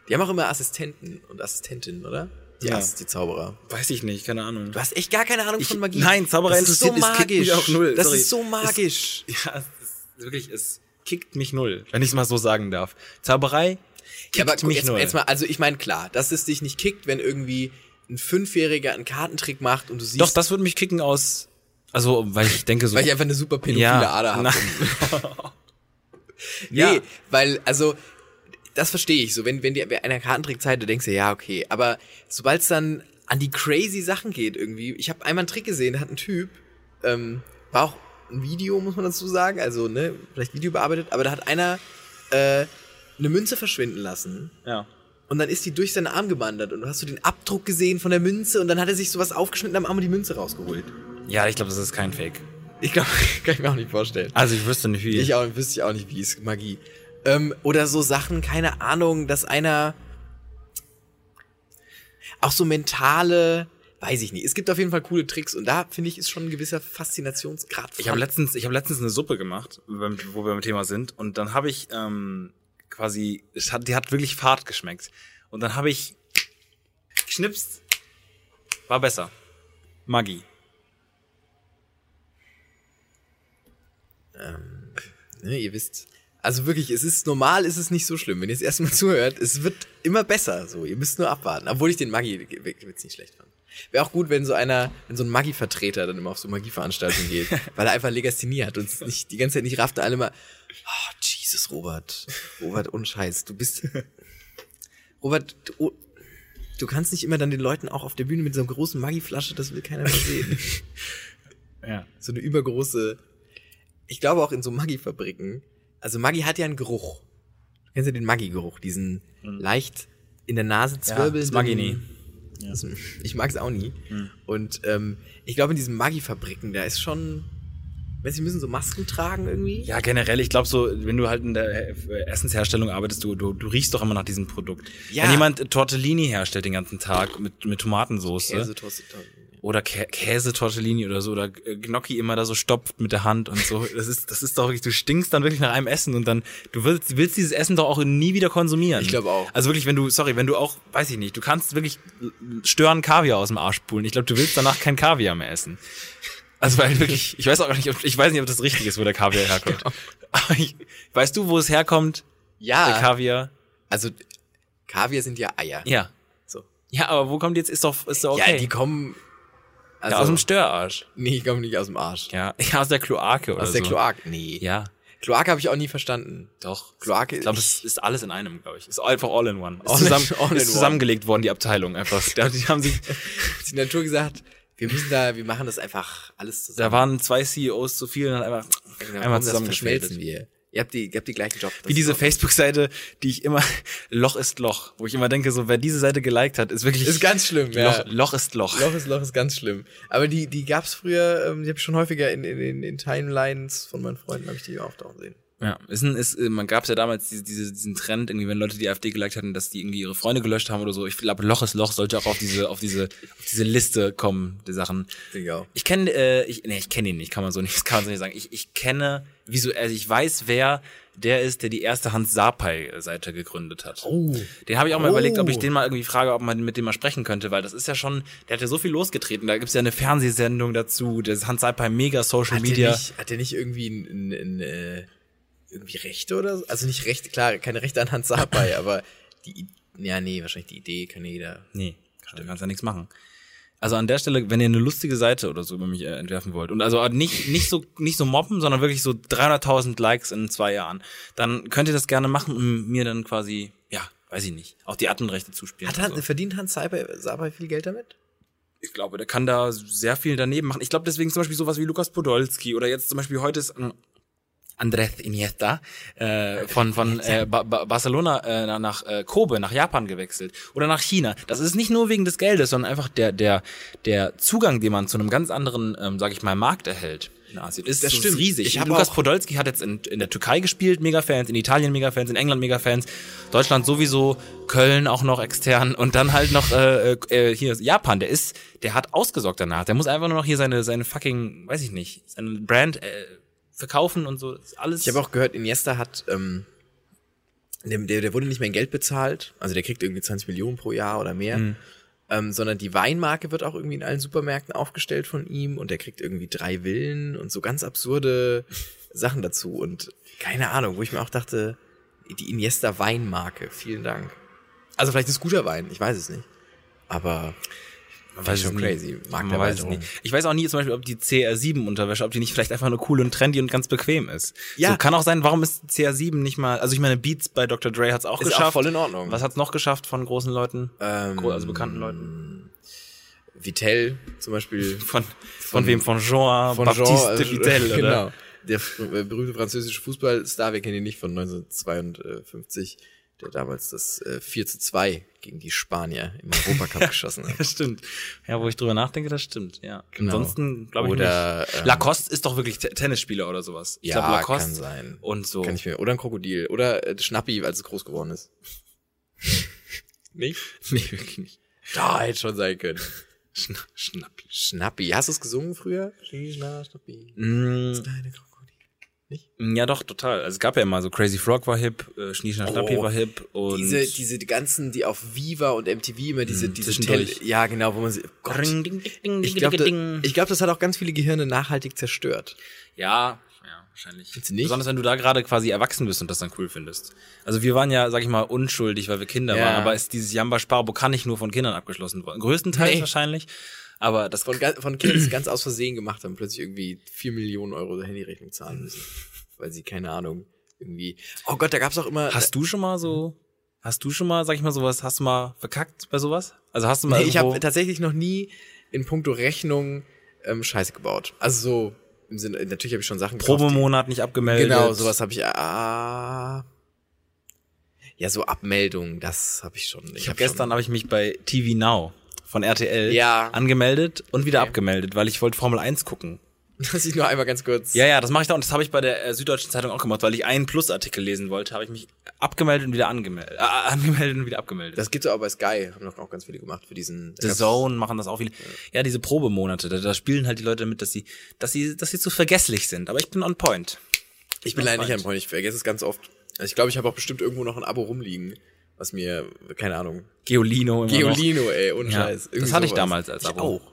Die haben auch immer Assistenten und Assistentinnen, oder? Die
Ja.
Ass, die Zauberer.
Weiß ich nicht, keine Ahnung.
Du hast echt gar keine Ahnung
Ich-
von Magie.
nein, Zauberer
das ist so
interessiert- es kickt mich
magisch.
auch null,
Das
sorry.
ist so
Es-
magisch.
Ja, es ist wirklich, es kickt mich null, wenn ich es mal so sagen darf. Zauberei kickt
Ja, aber guck,
mich
jetzt,
null.
jetzt mal, also ich meine, klar, dass es dich nicht kickt, wenn irgendwie ein Fünfjähriger einen Kartentrick macht und du siehst,
Doch, das würde mich kicken aus, also, weil ich denke so.
weil ich einfach eine super pädophile Ader habe.
na-
Nee,
Ja.
weil, also, das verstehe ich so. Wenn, wenn dir wer einer Kartentrick zeigt, du denkst dir, ja, okay. Aber sobald es dann an die crazy Sachen geht irgendwie, ich habe einmal einen Trick gesehen, da hat ein Typ, ähm, war auch ein Video, muss man dazu sagen, also, ne, vielleicht Video bearbeitet, aber da hat einer äh, eine Münze verschwinden lassen.
Ja.
Und dann ist die durch seinen Arm gewandert und du hast du den Abdruck gesehen von der Münze und dann hat er sich sowas aufgeschnitten am Arm und die Münze rausgeholt.
ja, ich glaube, das ist kein Fake.
Ich glaube, kann ich mir auch nicht vorstellen.
Also, ich wüsste nicht, wie.
Ich auch, wüsste ich auch nicht, wie ist Magie. Ähm, oder so Sachen, keine Ahnung, dass einer auch so mentale, weiß ich nicht. Es gibt auf jeden Fall coole Tricks und da finde ich ist schon ein gewisser Faszinationsgrad.
Ich habe letztens, ich habe letztens eine Suppe gemacht, beim- wo wir beim Thema sind, und dann habe ich ähm, quasi, es hat, die hat wirklich fad geschmeckt. Und dann habe ich geschnipst, war besser. Maggi.
ne, ihr wisst. Also wirklich, es ist normal, ist es nicht so schlimm. Wenn ihr es erstmal zuhört, es wird immer besser so. Ihr müsst nur abwarten. Obwohl ich den Maggi jetzt nicht schlecht fand. Wäre auch gut, wenn so einer, wenn so ein Maggi-Vertreter dann immer auf so Magieveranstaltungen geht, weil er einfach Legasthenie hat und es nicht, die ganze Zeit nicht rafft und alle mal, oh, Jesus, Robert. Robert, unscheiß, du bist, Robert, du, oh, du kannst nicht immer dann den Leuten auch auf der Bühne mit so einer großen Maggi-Flasche, das will keiner mehr sehen
Ja.
so eine übergroße. Ich glaube auch in so Maggi-Fabriken. Also Maggi hat ja einen Geruch. Du kennst ja den Maggi-Geruch, diesen leicht in der Nase
Hm. Ja,
zwirbelnden.
das mag ich nie. Hm.
Das- Ich mag es auch nie. Und ähm, ich glaube, in diesen Maggi-Fabriken, da ist schon. Weißt du, die müssen so Masken tragen irgendwie.
Ja, generell, ich glaube so, wenn du halt in der äh, Essensherstellung arbeitest, du, du, du riechst doch immer nach diesem Produkt.
Ja.
Wenn jemand Tortellini herstellt den ganzen Tag mit, mit Tomatensauce
Käse, Toast, Toast.
oder Kä Käse Tortellini oder so oder äh, Gnocchi immer da so stopft mit der Hand und so, das ist das ist doch wirklich, du stinkst dann wirklich nach einem Essen und dann du willst willst dieses Essen doch auch nie wieder konsumieren.
Ich glaub auch.
Also wirklich, wenn du sorry, wenn du auch, weiß ich nicht, du kannst wirklich stören Kaviar aus dem Arsch pulen. Ich glaube, du willst danach kein Kaviar mehr essen. Also weil wirklich, ich weiß auch nicht, ob, ich weiß nicht, ob das richtig ist, wo der Kaviar herkommt.
Genau.
Aber ich, weißt du, wo es herkommt, der
Ja,
Kaviar?
Äh, also Kaviar sind ja Eier.
Ja.
So.
Ja, aber wo kommt jetzt ist doch ist doch okay.
ja die kommen.
Ja,
Also,
aus dem Störarsch.
nee, die kommen nicht aus dem Arsch.
Ja, ja, aus der Kloake oder
aus
so.
der Kloak. Nee.
Ja.
Kloak habe ich auch nie verstanden.
Doch.
Kloake
Ich glaube, es ist alles in einem, glaube ich. Ist einfach all in one. Ist,
All in-
zusammen,
all in
ist
one.
zusammengelegt worden, die Abteilung einfach. Da, die haben sich,
die Natur gesagt, wir müssen da, wir machen das einfach alles
da
zusammen.
waren zwei CEOs zu viel und dann einfach
Genau, komm,
einmal
das verschmelzen
zusammengefädelt.
wir. Ihr habt die, ihr habt die gleichen Job.
Wie diese Facebook-Seite, die ich immer, Loch ist Loch, wo ich immer denke, so, wer diese Seite geliked hat, ist wirklich,
ist ganz schlimm, ja.
Loch, Loch ist Loch.
Loch ist Loch ist ganz schlimm. Aber die, die gab's früher, ähm, die habe ich schon häufiger in, in, in, in Timelines von meinen Freunden, habe ich die auftauchen sehen.
Ja, ist ein, ist, äh, man gab ja damals diese, diese, diesen Trend, irgendwie, wenn Leute die AfD geliked hatten, dass die irgendwie ihre Freunde gelöscht haben oder so. Ich glaube, Loch ist Loch sollte auch auf diese, auf diese, auf diese Liste kommen, der Sachen.
Digga.
Ich kenne, äh, ich, nee, ich kenne ihn nicht, kann man so nicht, kann man so nicht sagen. Ich, ich kenne visuell, also ich weiß, wer der ist, der die erste Hans Sapai-Seite gegründet hat.
Oh.
Den habe ich auch mal
Oh.
überlegt, ob ich den mal irgendwie frage, ob man mit dem mal sprechen könnte, weil das ist ja schon, der hat ja so viel losgetreten. Da gibt's ja eine Fernsehsendung dazu, der ist Hans Sapai mega Social
Hat der,
Media.
nicht, hat der nicht irgendwie ein, ein, ein, äh, irgendwie Rechte oder so? Also nicht Rechte, klar, keine Rechte an Hans Sapai, aber die, I- ja, nee, wahrscheinlich die Idee kann jeder.
Nee, stimmt. kannst ja nichts machen. Also an der Stelle, wenn ihr eine lustige Seite oder so über mich äh, entwerfen wollt und also nicht nicht so nicht so mobben, sondern wirklich so 300.000 Likes in zwei Jahren, dann könnt ihr das gerne machen und mir dann quasi ja, weiß ich nicht, auch die Adminrechte zuspielen.
Hat,
oder
Han-
so.
verdient Hans Sapai, Sapai viel Geld damit?
Ich glaube, der kann da sehr viel daneben machen. Ich glaube deswegen zum Beispiel sowas wie Lukas Podolski oder jetzt zum Beispiel heute ist ähm, Andrés Iniesta äh, von, von äh, ba ba Barcelona äh, na- nach äh, Kobe, nach Japan gewechselt oder nach China. Das ist nicht nur wegen des Geldes, sondern einfach der, der, der Zugang, den man zu einem ganz anderen, ähm, sag ich mal, Markt erhält. In Asien. Ist,
Das
das
stimmt.
ist riesig.
Ich habe
Lukas
auch-
Podolski hat jetzt in, in der Türkei gespielt, Mega-Fans, in Italien Mega-Fans, in England Mega-Fans, Deutschland sowieso, Köln auch noch extern und dann halt noch äh, äh, hier ist Japan, der ist, der hat ausgesorgt danach. Der muss einfach nur noch hier seine, seine fucking, weiß ich nicht, seine Brand äh, verkaufen und so. Ist alles.
Ich habe auch gehört, Iniesta hat, ähm, der, der, der wurde nicht mehr in Geld bezahlt, also der kriegt irgendwie 20 Millionen pro Jahr oder mehr,
Mhm.
ähm, sondern die Weinmarke wird auch irgendwie in allen Supermärkten aufgestellt von ihm und der kriegt irgendwie drei Villen und so ganz absurde Sachen dazu und keine Ahnung, wo ich mir auch dachte, die Iniesta Weinmarke, vielen Dank. Also vielleicht ist guter Wein, ich weiß es nicht. Aber
Man
Weiß
es
schon
nie.
crazy. Mag
Man
der
weiß es
Erweiterung.
nicht. Ich weiß auch nie zum Beispiel, ob die CR7-Unterwäsche, ob die nicht vielleicht einfach nur cool und trendy und ganz bequem ist.
Ja.
So, kann auch sein, warum ist CR7 nicht mal, also ich meine, Beats bei Dr. Dre hat es auch
Ist auch
geschafft.
voll in Ordnung.
Was hat es noch geschafft von großen Leuten?
Ähm,
Gro- also bekannten Leuten?
Vitell zum Beispiel
Von, von, wem? Von Jean
von
Baptiste
Jean, äh,
Vitel, oder?
Genau. Der f- äh, berühmte französische Fußballstar, wir kennen ihn nicht, von 1952, der damals das äh, 4 zu 2 gegen die Spanier im Europacup geschossen hat.
Das stimmt. Ja, wo ich drüber nachdenke, das stimmt. Ja.
Genau.
Ansonsten glaube ich
Oder,
nicht.
ähm,
Lacoste ist doch wirklich T Tennisspieler oder sowas. Ich
ja,
glaube Lacoste
kann sein.
und so.
Kann ich mir. Oder ein Krokodil. Oder äh, Schnappi, als es groß geworden ist. nicht?
nee, wirklich nicht.
Ja, hätte schon sein können.
Schna Schnappi.
Schnappi. Hast du es gesungen früher? Schnappi.
Mm,
Deine Krokodil.
Ja, doch, total. Also es gab ja immer so Crazy Frog war hip, äh, Schnieschner Schnappi
Oh,
war hip und Hm,
Diese, diese ganzen, die auf Viva und MTV immer diese, diese
zwischendurch.
Tele- Ja, genau, wo man sie. Gott,
Ring, ding, ding, ding,
Ich
ding,
glaube,
ding,
da,
ding.
glaub, das hat auch ganz viele Gehirne nachhaltig zerstört.
Ja, ja, wahrscheinlich.
Findest du nicht?
Besonders wenn du da gerade quasi erwachsen bist und das dann cool findest. Also wir waren ja, sag ich mal, unschuldig, weil wir Kinder
Ja.
waren, aber ist dieses Jamba Sparbo kann nicht nur von Kindern abgeschlossen worden. Größtenteils
Nee.
wahrscheinlich, aber das
Von, ga- von Kindern, die es ganz aus Versehen gemacht haben, plötzlich irgendwie 4 Millionen Euro Handyrechnung zahlen müssen. Weil sie, keine Ahnung, irgendwie. Oh Gott, da gab es auch immer.
Hast du schon mal so Mhm. Hast du schon mal, sag ich mal, sowas, hast du mal verkackt bei sowas? Also hast du mal
nee, ich
irgendwo-
habe tatsächlich noch nie in puncto Rechnung ähm, Scheiße gebaut. Also so im Sinne, natürlich habe ich schon Sachen gekauft, die-
Probemonat nicht abgemeldet.
Genau, sowas habe ich. Ah, ja, so Abmeldungen, das habe ich schon.
Ich habe
hab schon-
gestern habe ich mich bei TV Now von RTL
Ja.
angemeldet und wieder
Okay.
abgemeldet, weil ich wollte Formel 1 gucken.
Dass ich nur einmal ganz kurz.
Ja, ja, das mache ich da und das habe ich bei der äh, Süddeutschen Zeitung auch gemacht, weil ich einen Plusartikel lesen wollte, habe ich mich abgemeldet und wieder angemeldet, äh, angemeldet und wieder abgemeldet.
Das gibt's auch bei Sky, haben noch auch ganz viele gemacht für diesen.
The Zone machen das auch viele. Ja, diese Probemonate, da, da spielen halt die Leute damit, dass sie, dass sie, dass sie zu vergesslich sind. Aber ich bin on point.
Ich bin leider nicht ein Freund, ich vergesse es ganz oft. Also ich glaube, ich habe auch bestimmt irgendwo noch ein Abo rumliegen, was mir, keine Ahnung.
Geolino. Immer Noch.
Geolino, ey, ohne
Ja,
Scheiß.
das
Irgendwie
hatte ich damals als Abo.
Ich auch.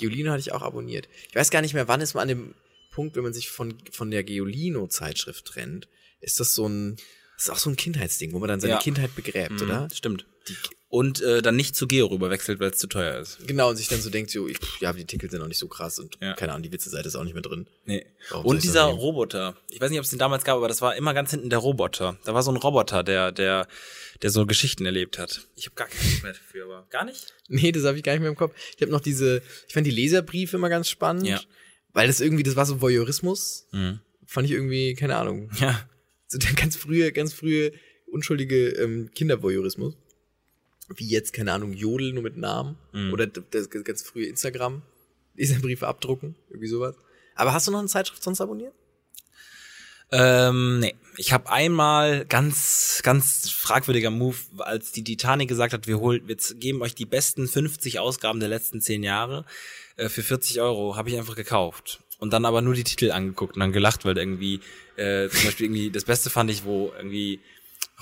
Geolino hatte ich auch abonniert. Ich weiß gar nicht mehr, wann ist man an dem Punkt, wenn man sich von, von der Geolino-Zeitschrift trennt. Ist das so ein, das ist auch so ein Kindheitsding, wo man dann seine
Ja.
Kindheit begräbt, oder?
Mhm, Stimmt. Und äh, dann nicht zu Geo rüberwechselt, weil es zu teuer ist.
Genau, und sich dann so denkt, so, ich, pff, ja, die Titel sind auch nicht so krass und
Ja.
keine Ahnung, die Witze-Seite ist auch nicht mehr drin.
Nee.
Warum soll
Und
ich das
dieser
nehmen?
Roboter, ich weiß nicht, ob es den damals gab, aber das war immer ganz hinten der Roboter. Da war so ein Roboter, der, der, der so Geschichten erlebt hat. Ich habe gar keinen Blick mehr dafür, aber gar nicht?
Nee, das habe ich gar nicht mehr im Kopf. Ich habe noch diese, ich fand die Leserbriefe immer ganz spannend.
Ja.
Weil das irgendwie, das war so Voyeurismus.
Mhm.
Fand ich irgendwie, keine Ahnung.
Ja.
So der ganz frühe, ganz frühe, unschuldige ähm, Kindervoyeurismus. Wie jetzt, keine Ahnung, Jodel nur mit Namen.
Mhm.
Oder d- das ganz ganz frühe Instagram. Leserbriefe abdrucken, irgendwie sowas. Aber hast du noch eine Zeitschrift sonst abonniert?
Ähm, nee. Ich habe einmal ganz, ganz fragwürdiger Move, als die Titanic gesagt hat, wir holen, wir z- geben euch die besten 50 Ausgaben der letzten 10 Jahre äh, für 40 Euro, habe ich einfach gekauft. Und dann aber nur die Titel angeguckt und dann gelacht, weil irgendwie, äh, zum Beispiel irgendwie, das Beste fand ich, wo irgendwie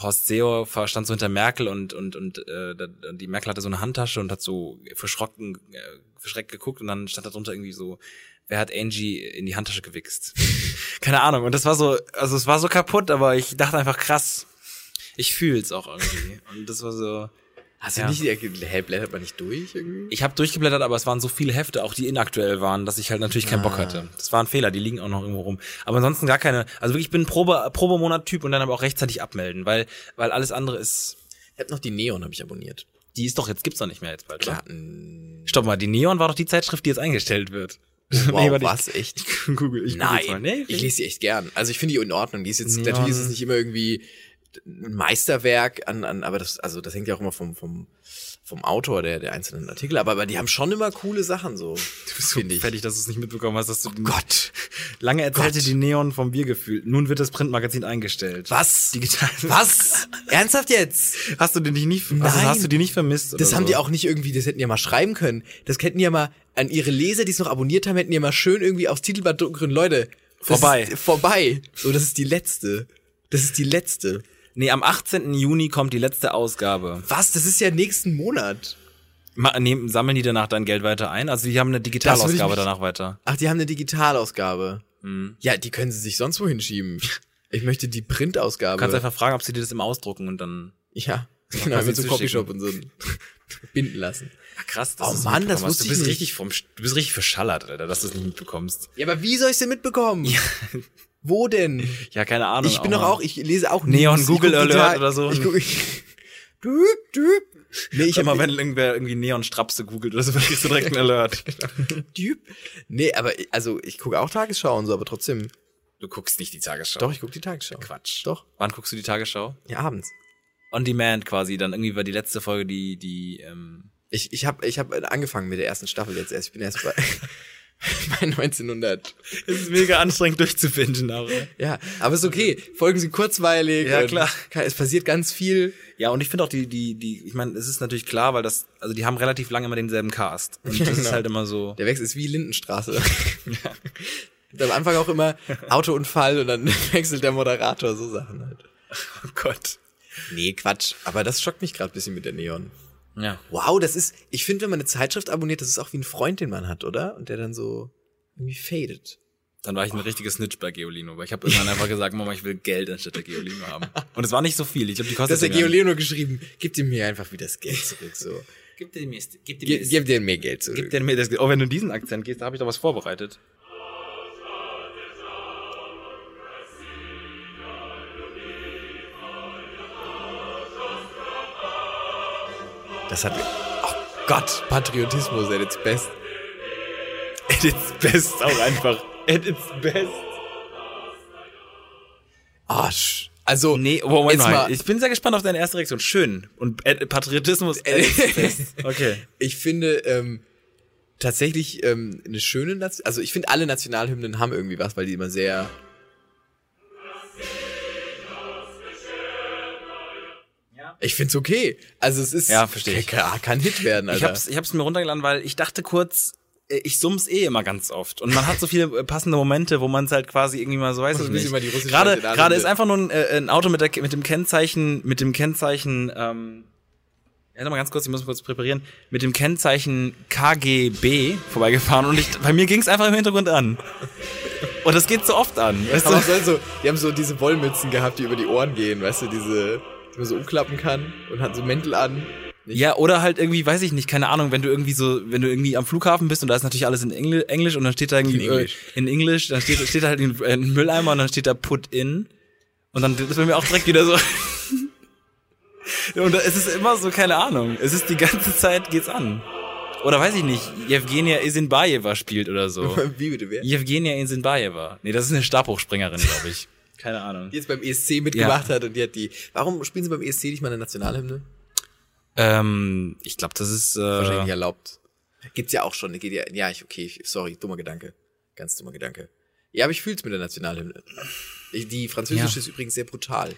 Horst Seehofer stand so hinter Merkel und, und, und äh, da- da- die Merkel hatte so eine Handtasche und hat so verschrocken, äh, verschreckt geguckt und dann stand da drunter irgendwie so, wer hat Angie in die Handtasche gewichst? Keine Ahnung. Und das war so, also es war so kaputt, aber ich dachte einfach krass. Ich fühl's auch irgendwie. Und das war so.
Hast du
Ja.
nicht, hä, blättert man nicht durch irgendwie?
Ich habe durchgeblättert, aber es waren so viele Hefte, auch die inaktuell waren, dass ich halt natürlich keinen Bock
Ah.
hatte. Das war ein Fehler, die liegen auch noch irgendwo rum. Aber ansonsten gar keine. Also wirklich, ich bin ein Probe, Probemonat-Typ und dann aber auch rechtzeitig abmelden, weil, weil alles andere ist.
Ich hab noch die Neon, habe ich abonniert.
Die ist doch, jetzt gibt's doch nicht mehr jetzt bald. Klar.
Daten.
Stopp mal, die Neon war doch die Zeitschrift, die jetzt eingestellt wird.
Wow,
warte,
was? Echt?
Ich, ich google, ich google jetzt mal.
Nein,
Nee,
ich lese sie echt gern. Also ich finde die in Ordnung. Die ist jetzt,
Neon.
natürlich ist es nicht immer irgendwie ein Meisterwerk an, an aber das, also das hängt ja auch immer vom, vom, vom Autor der, der einzelnen Artikel. Aber, aber die haben schon immer coole Sachen so.
Du bist so
Finde ich.
fertig, dass du es nicht mitbekommen hast, dass du den-
Gott.
Lange erzählte die Neon vom Biergefühl. Nun wird das Printmagazin eingestellt.
Was?
Digital.
Was? Ernsthaft jetzt?
Hast du den nicht, nicht also
Nein.
hast du die nicht vermisst? oder
Das haben
so?
die auch nicht irgendwie, das hätten die ja mal schreiben können. Das hätten die ja mal an ihre Leser, die es noch abonniert haben, hätten die ja mal schön irgendwie aufs Titelblatt drucken können. Leute. das
Vorbei.
Ist vorbei. So, das ist die letzte. Das ist die letzte.
Nee, am 18. Juni kommt die letzte Ausgabe.
Was? Das ist ja nächsten Monat.
Ma nee, sammeln die danach dein Geld weiter ein? Also die haben eine
Das würde
Digitalausgabe
ich mich-
danach weiter.
Ach, die haben eine Digitalausgabe.
Mhm.
Ja, die können sie sich sonst wohin schieben. Ich möchte die
Du kannst
Printausgabe.
einfach fragen, ob sie dir das im Ausdrucken und dann.
Ja, genau,
kannst
mit
du
so einem Copyshop und so binden lassen.
Ja, krass,
Oh
du es
Mann,
mitbekommen
das
hast.
wusste
du
ich
bist
nicht.
richtig vom, Sch- Du bist richtig verschallert, Alter, dass du es nicht mitbekommst.
Ja, aber wie soll ich denn mitbekommen? Wo denn?
Ja, keine Ahnung.
Ich bin doch auch, ich lese auch
Neon
News.
Google
ich guck die
Alert
Tag-
oder so.
Ich guck, ich, du, du. Nee, ich
Ich immer,
habe
wenn irgendwer irgendwie Neon-Strapse googelt oder so, kriegst du direkt einen Alert.
Nee, aber ich- also ich gucke auch Tagesschau und so, aber trotzdem.
Du guckst nicht die Tagesschau.
Doch, ich gucke die Tagesschau.
Quatsch.
Doch.
Wann guckst du die Tagesschau?
Ja, abends.
On Demand quasi, dann irgendwie war die letzte Folge, die, die, ähm,
Ich, ich habe ich hab angefangen mit der ersten Staffel jetzt erst. Ich bin erst bei, bei 1900.
Es ist mega anstrengend durchzufinden, aber.
Ja, aber ist okay. Folgen sind kurzweilig.
Ja,
und
klar.
kann- Es passiert ganz viel.
Ja, und ich finde auch die, die, die, ich meine, es ist natürlich klar, weil das, also die haben relativ lange immer denselben Cast. Und das ist
Genau.
halt immer so.
Der Wechsel ist wie Lindenstraße. Und Am Anfang auch immer Autounfall und dann wechselt der Moderator, so Sachen halt.
Oh Gott.
Nee, Quatsch. Aber das schockt mich gerade ein bisschen mit der Neon.
Ja.
Wow, das ist, ich finde, wenn man eine Zeitschrift abonniert, das ist auch wie ein Freund, den man hat, oder? Und der dann so irgendwie fadet.
Dann war ich ein richtiges Snitch bei Geolino, weil ich habe irgendwann einfach gesagt, Mama, ich will Geld anstatt der Geolino haben. Und es war nicht so viel. Ich glaube, die kostet
Das hat der Geolino geschrieben, gib ihm mir einfach wieder das Geld zurück, so.
Gib dir mir, gib dir
Gib, gib dir mehr Geld zurück.
Gib dir mir das. Oh, wenn du diesen Akzent gehst, da habe ich doch was vorbereitet.
Das hat. Oh Gott, Patriotismus at its best.
At its best auch einfach. At its best.
Arsch. Also.
Nee, oh, Moment
jetzt
mal.
mal.
Ich bin sehr gespannt auf deine erste Reaktion. Schön. Und äh, Patriotismus. At its best. Okay.
Ich finde ähm, tatsächlich ähm, eine schöne Nation. Also ich finde alle Nationalhymnen haben irgendwie was, weil die immer sehr. Ich find's okay. Also es ist
Ja, versteh ich.
Kann, kann Hit werden,
Ich
Alter.
hab's, ich hab's mir runtergeladen, weil ich dachte kurz, äh, ich summ's eh immer ganz oft. Und man hat so viele äh, passende Momente, wo man es halt quasi irgendwie mal so weiß.
Und
es
ein bisschen
nicht.
mal die russische
gerade
Seite da
gerade
sind.
ist einfach nur ein, äh, ein Auto mit, der, mit dem Kennzeichen, mit dem Kennzeichen, ähm, ja, noch mal ganz kurz, ich muss mich kurz präparieren, mit dem Kennzeichen KGB vorbeigefahren und ich, bei mir ging's einfach im Hintergrund an. Und das geht so oft an. Weißt
Aber
du?
es soll so, die haben so diese Wollmützen gehabt, die über die Ohren gehen, weißt du, diese, die man so umklappen kann und hatten so Mäntel an.
Ja, oder halt irgendwie, weiß ich nicht, keine Ahnung, wenn du irgendwie so, wenn du irgendwie am Flughafen bist und da ist natürlich alles in Engl Englisch und dann steht da irgendwie
In Englisch.
äh, in Englisch, dann steht, steht da halt ein, ein Mülleimer und dann steht da put in und dann ist bei mir auch direkt wieder so. und da, es ist immer so, keine Ahnung, es ist die ganze Zeit geht's an. Oder weiß ich nicht, Jewgenia Isinbayeva spielt oder so.
Wie bitte wer?
Jewgenia Isinbayeva. Nee, das ist eine Stabhochspringerin, glaube ich. Keine Ahnung.
die jetzt beim ESC mitgemacht hat und die hat die. Warum spielen sie beim ESC nicht mal eine Nationalhymne?
Ähm, ich glaube, das ist
Wahrscheinlich
äh,
nicht erlaubt. Gibt's ja auch schon. Geht ja, ja, ich, okay, ich, sorry, dummer Gedanke. Ganz dummer Gedanke. Ja, aber ich fühl's mit der Nationalhymne. Ich- Die französische
Ja.
ist übrigens sehr brutal.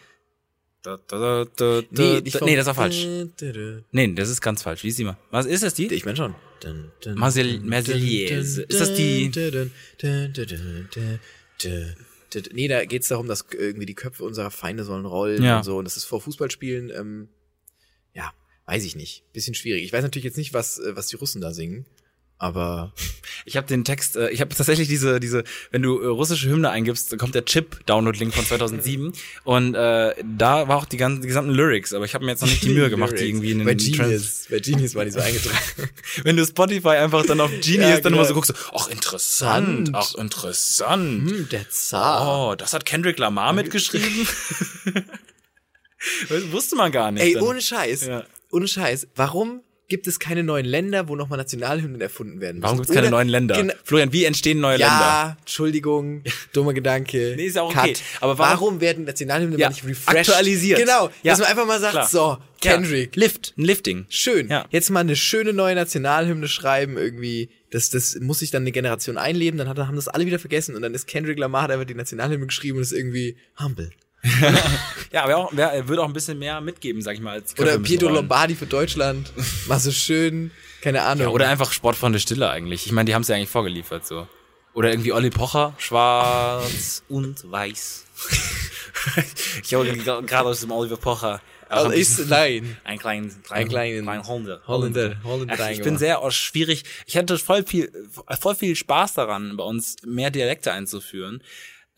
Da, da, da, da,
Nee,
da,
nicht
da,
vom-
nee, das war falsch.
Ich
Nee, das ist ganz falsch. Lies die mal. Was ist das die?
meine schon.
Marsel- Marseillaise. Ist das die-
Nee, da geht's darum, dass irgendwie die Köpfe unserer Feinde sollen rollen
Ja.
und so. Und das ist vor Fußballspielen, ähm, ja, weiß ich nicht. Bisschen schwierig. Ich weiß natürlich jetzt nicht, was, äh, was die Russen da singen, aber
Ich habe den Text, äh, ich habe tatsächlich diese, diese, wenn du äh, russische Hymne eingibst, dann kommt der Chip-Download-Link von 2007 und äh, da war auch die, ganzen, die gesamten Lyrics, aber ich habe mir jetzt noch nicht die Mühe gemacht, die irgendwie in
Bei
den Trans
Genius, bei Genius war die so eingetragen.
Wenn du Spotify einfach dann auf Genius
Ja,
dann
genau.
immer so guckst, so, ach interessant, ach interessant.
hm, der Zar.
Oh, das hat Kendrick Lamar mitgeschrieben. Das Wusste man gar nicht.
Ey,
dann.
ohne Scheiß.
Ja.
Ohne Scheiß. Warum gibt es keine neuen Länder, wo nochmal Nationalhymnen erfunden werden müssen?
Warum gibt's keine
Oder-
neuen Länder?
Gena-
Florian, wie entstehen neue Länder?
Ja, Entschuldigung, dummer Gedanke.
Nee, ist ja auch okay.
Cut.
Aber
Aber
warum-
warum, werden Nationalhymnen
Ja,
immer nicht refreshed?
aktualisiert.
Genau,
Ja,
dass man einfach mal sagt,
klar.
so,
Ja.
Kendrick, Lift.
Ein Lifting.
Schön.
Ja.
Jetzt mal eine schöne neue Nationalhymne schreiben irgendwie. Das, das muss sich dann eine Generation einleben, dann hat, haben das alle wieder vergessen und dann ist Kendrick Lamar hat einfach die Nationalhymne geschrieben und ist irgendwie humble.
Ja, aber auch, wer, er würde auch ein bisschen mehr mitgeben, sag ich mal. Als die Köpfe
Oder
ein bisschen
Pietro
rollen.
Lombardi für Deutschland. Mal so schön, keine Ahnung.
Ja, oder einfach Sportfreunde Stille eigentlich. Ich meine, die haben es ja eigentlich vorgeliefert so. Oder irgendwie Olli Pocher, schwarz und weiß. ich habe gra- gerade aus dem Oliver Pocher auch
also
ein bisschen-
ist, nein.
einen kleinen,
Einen kleinen
Holländer.
Holländer- Holländer
Ach, ich bin
reingemacht.
sehr aus- schwierig. Ich hatte voll viel, voll viel Spaß daran, bei uns mehr Dialekte einzuführen.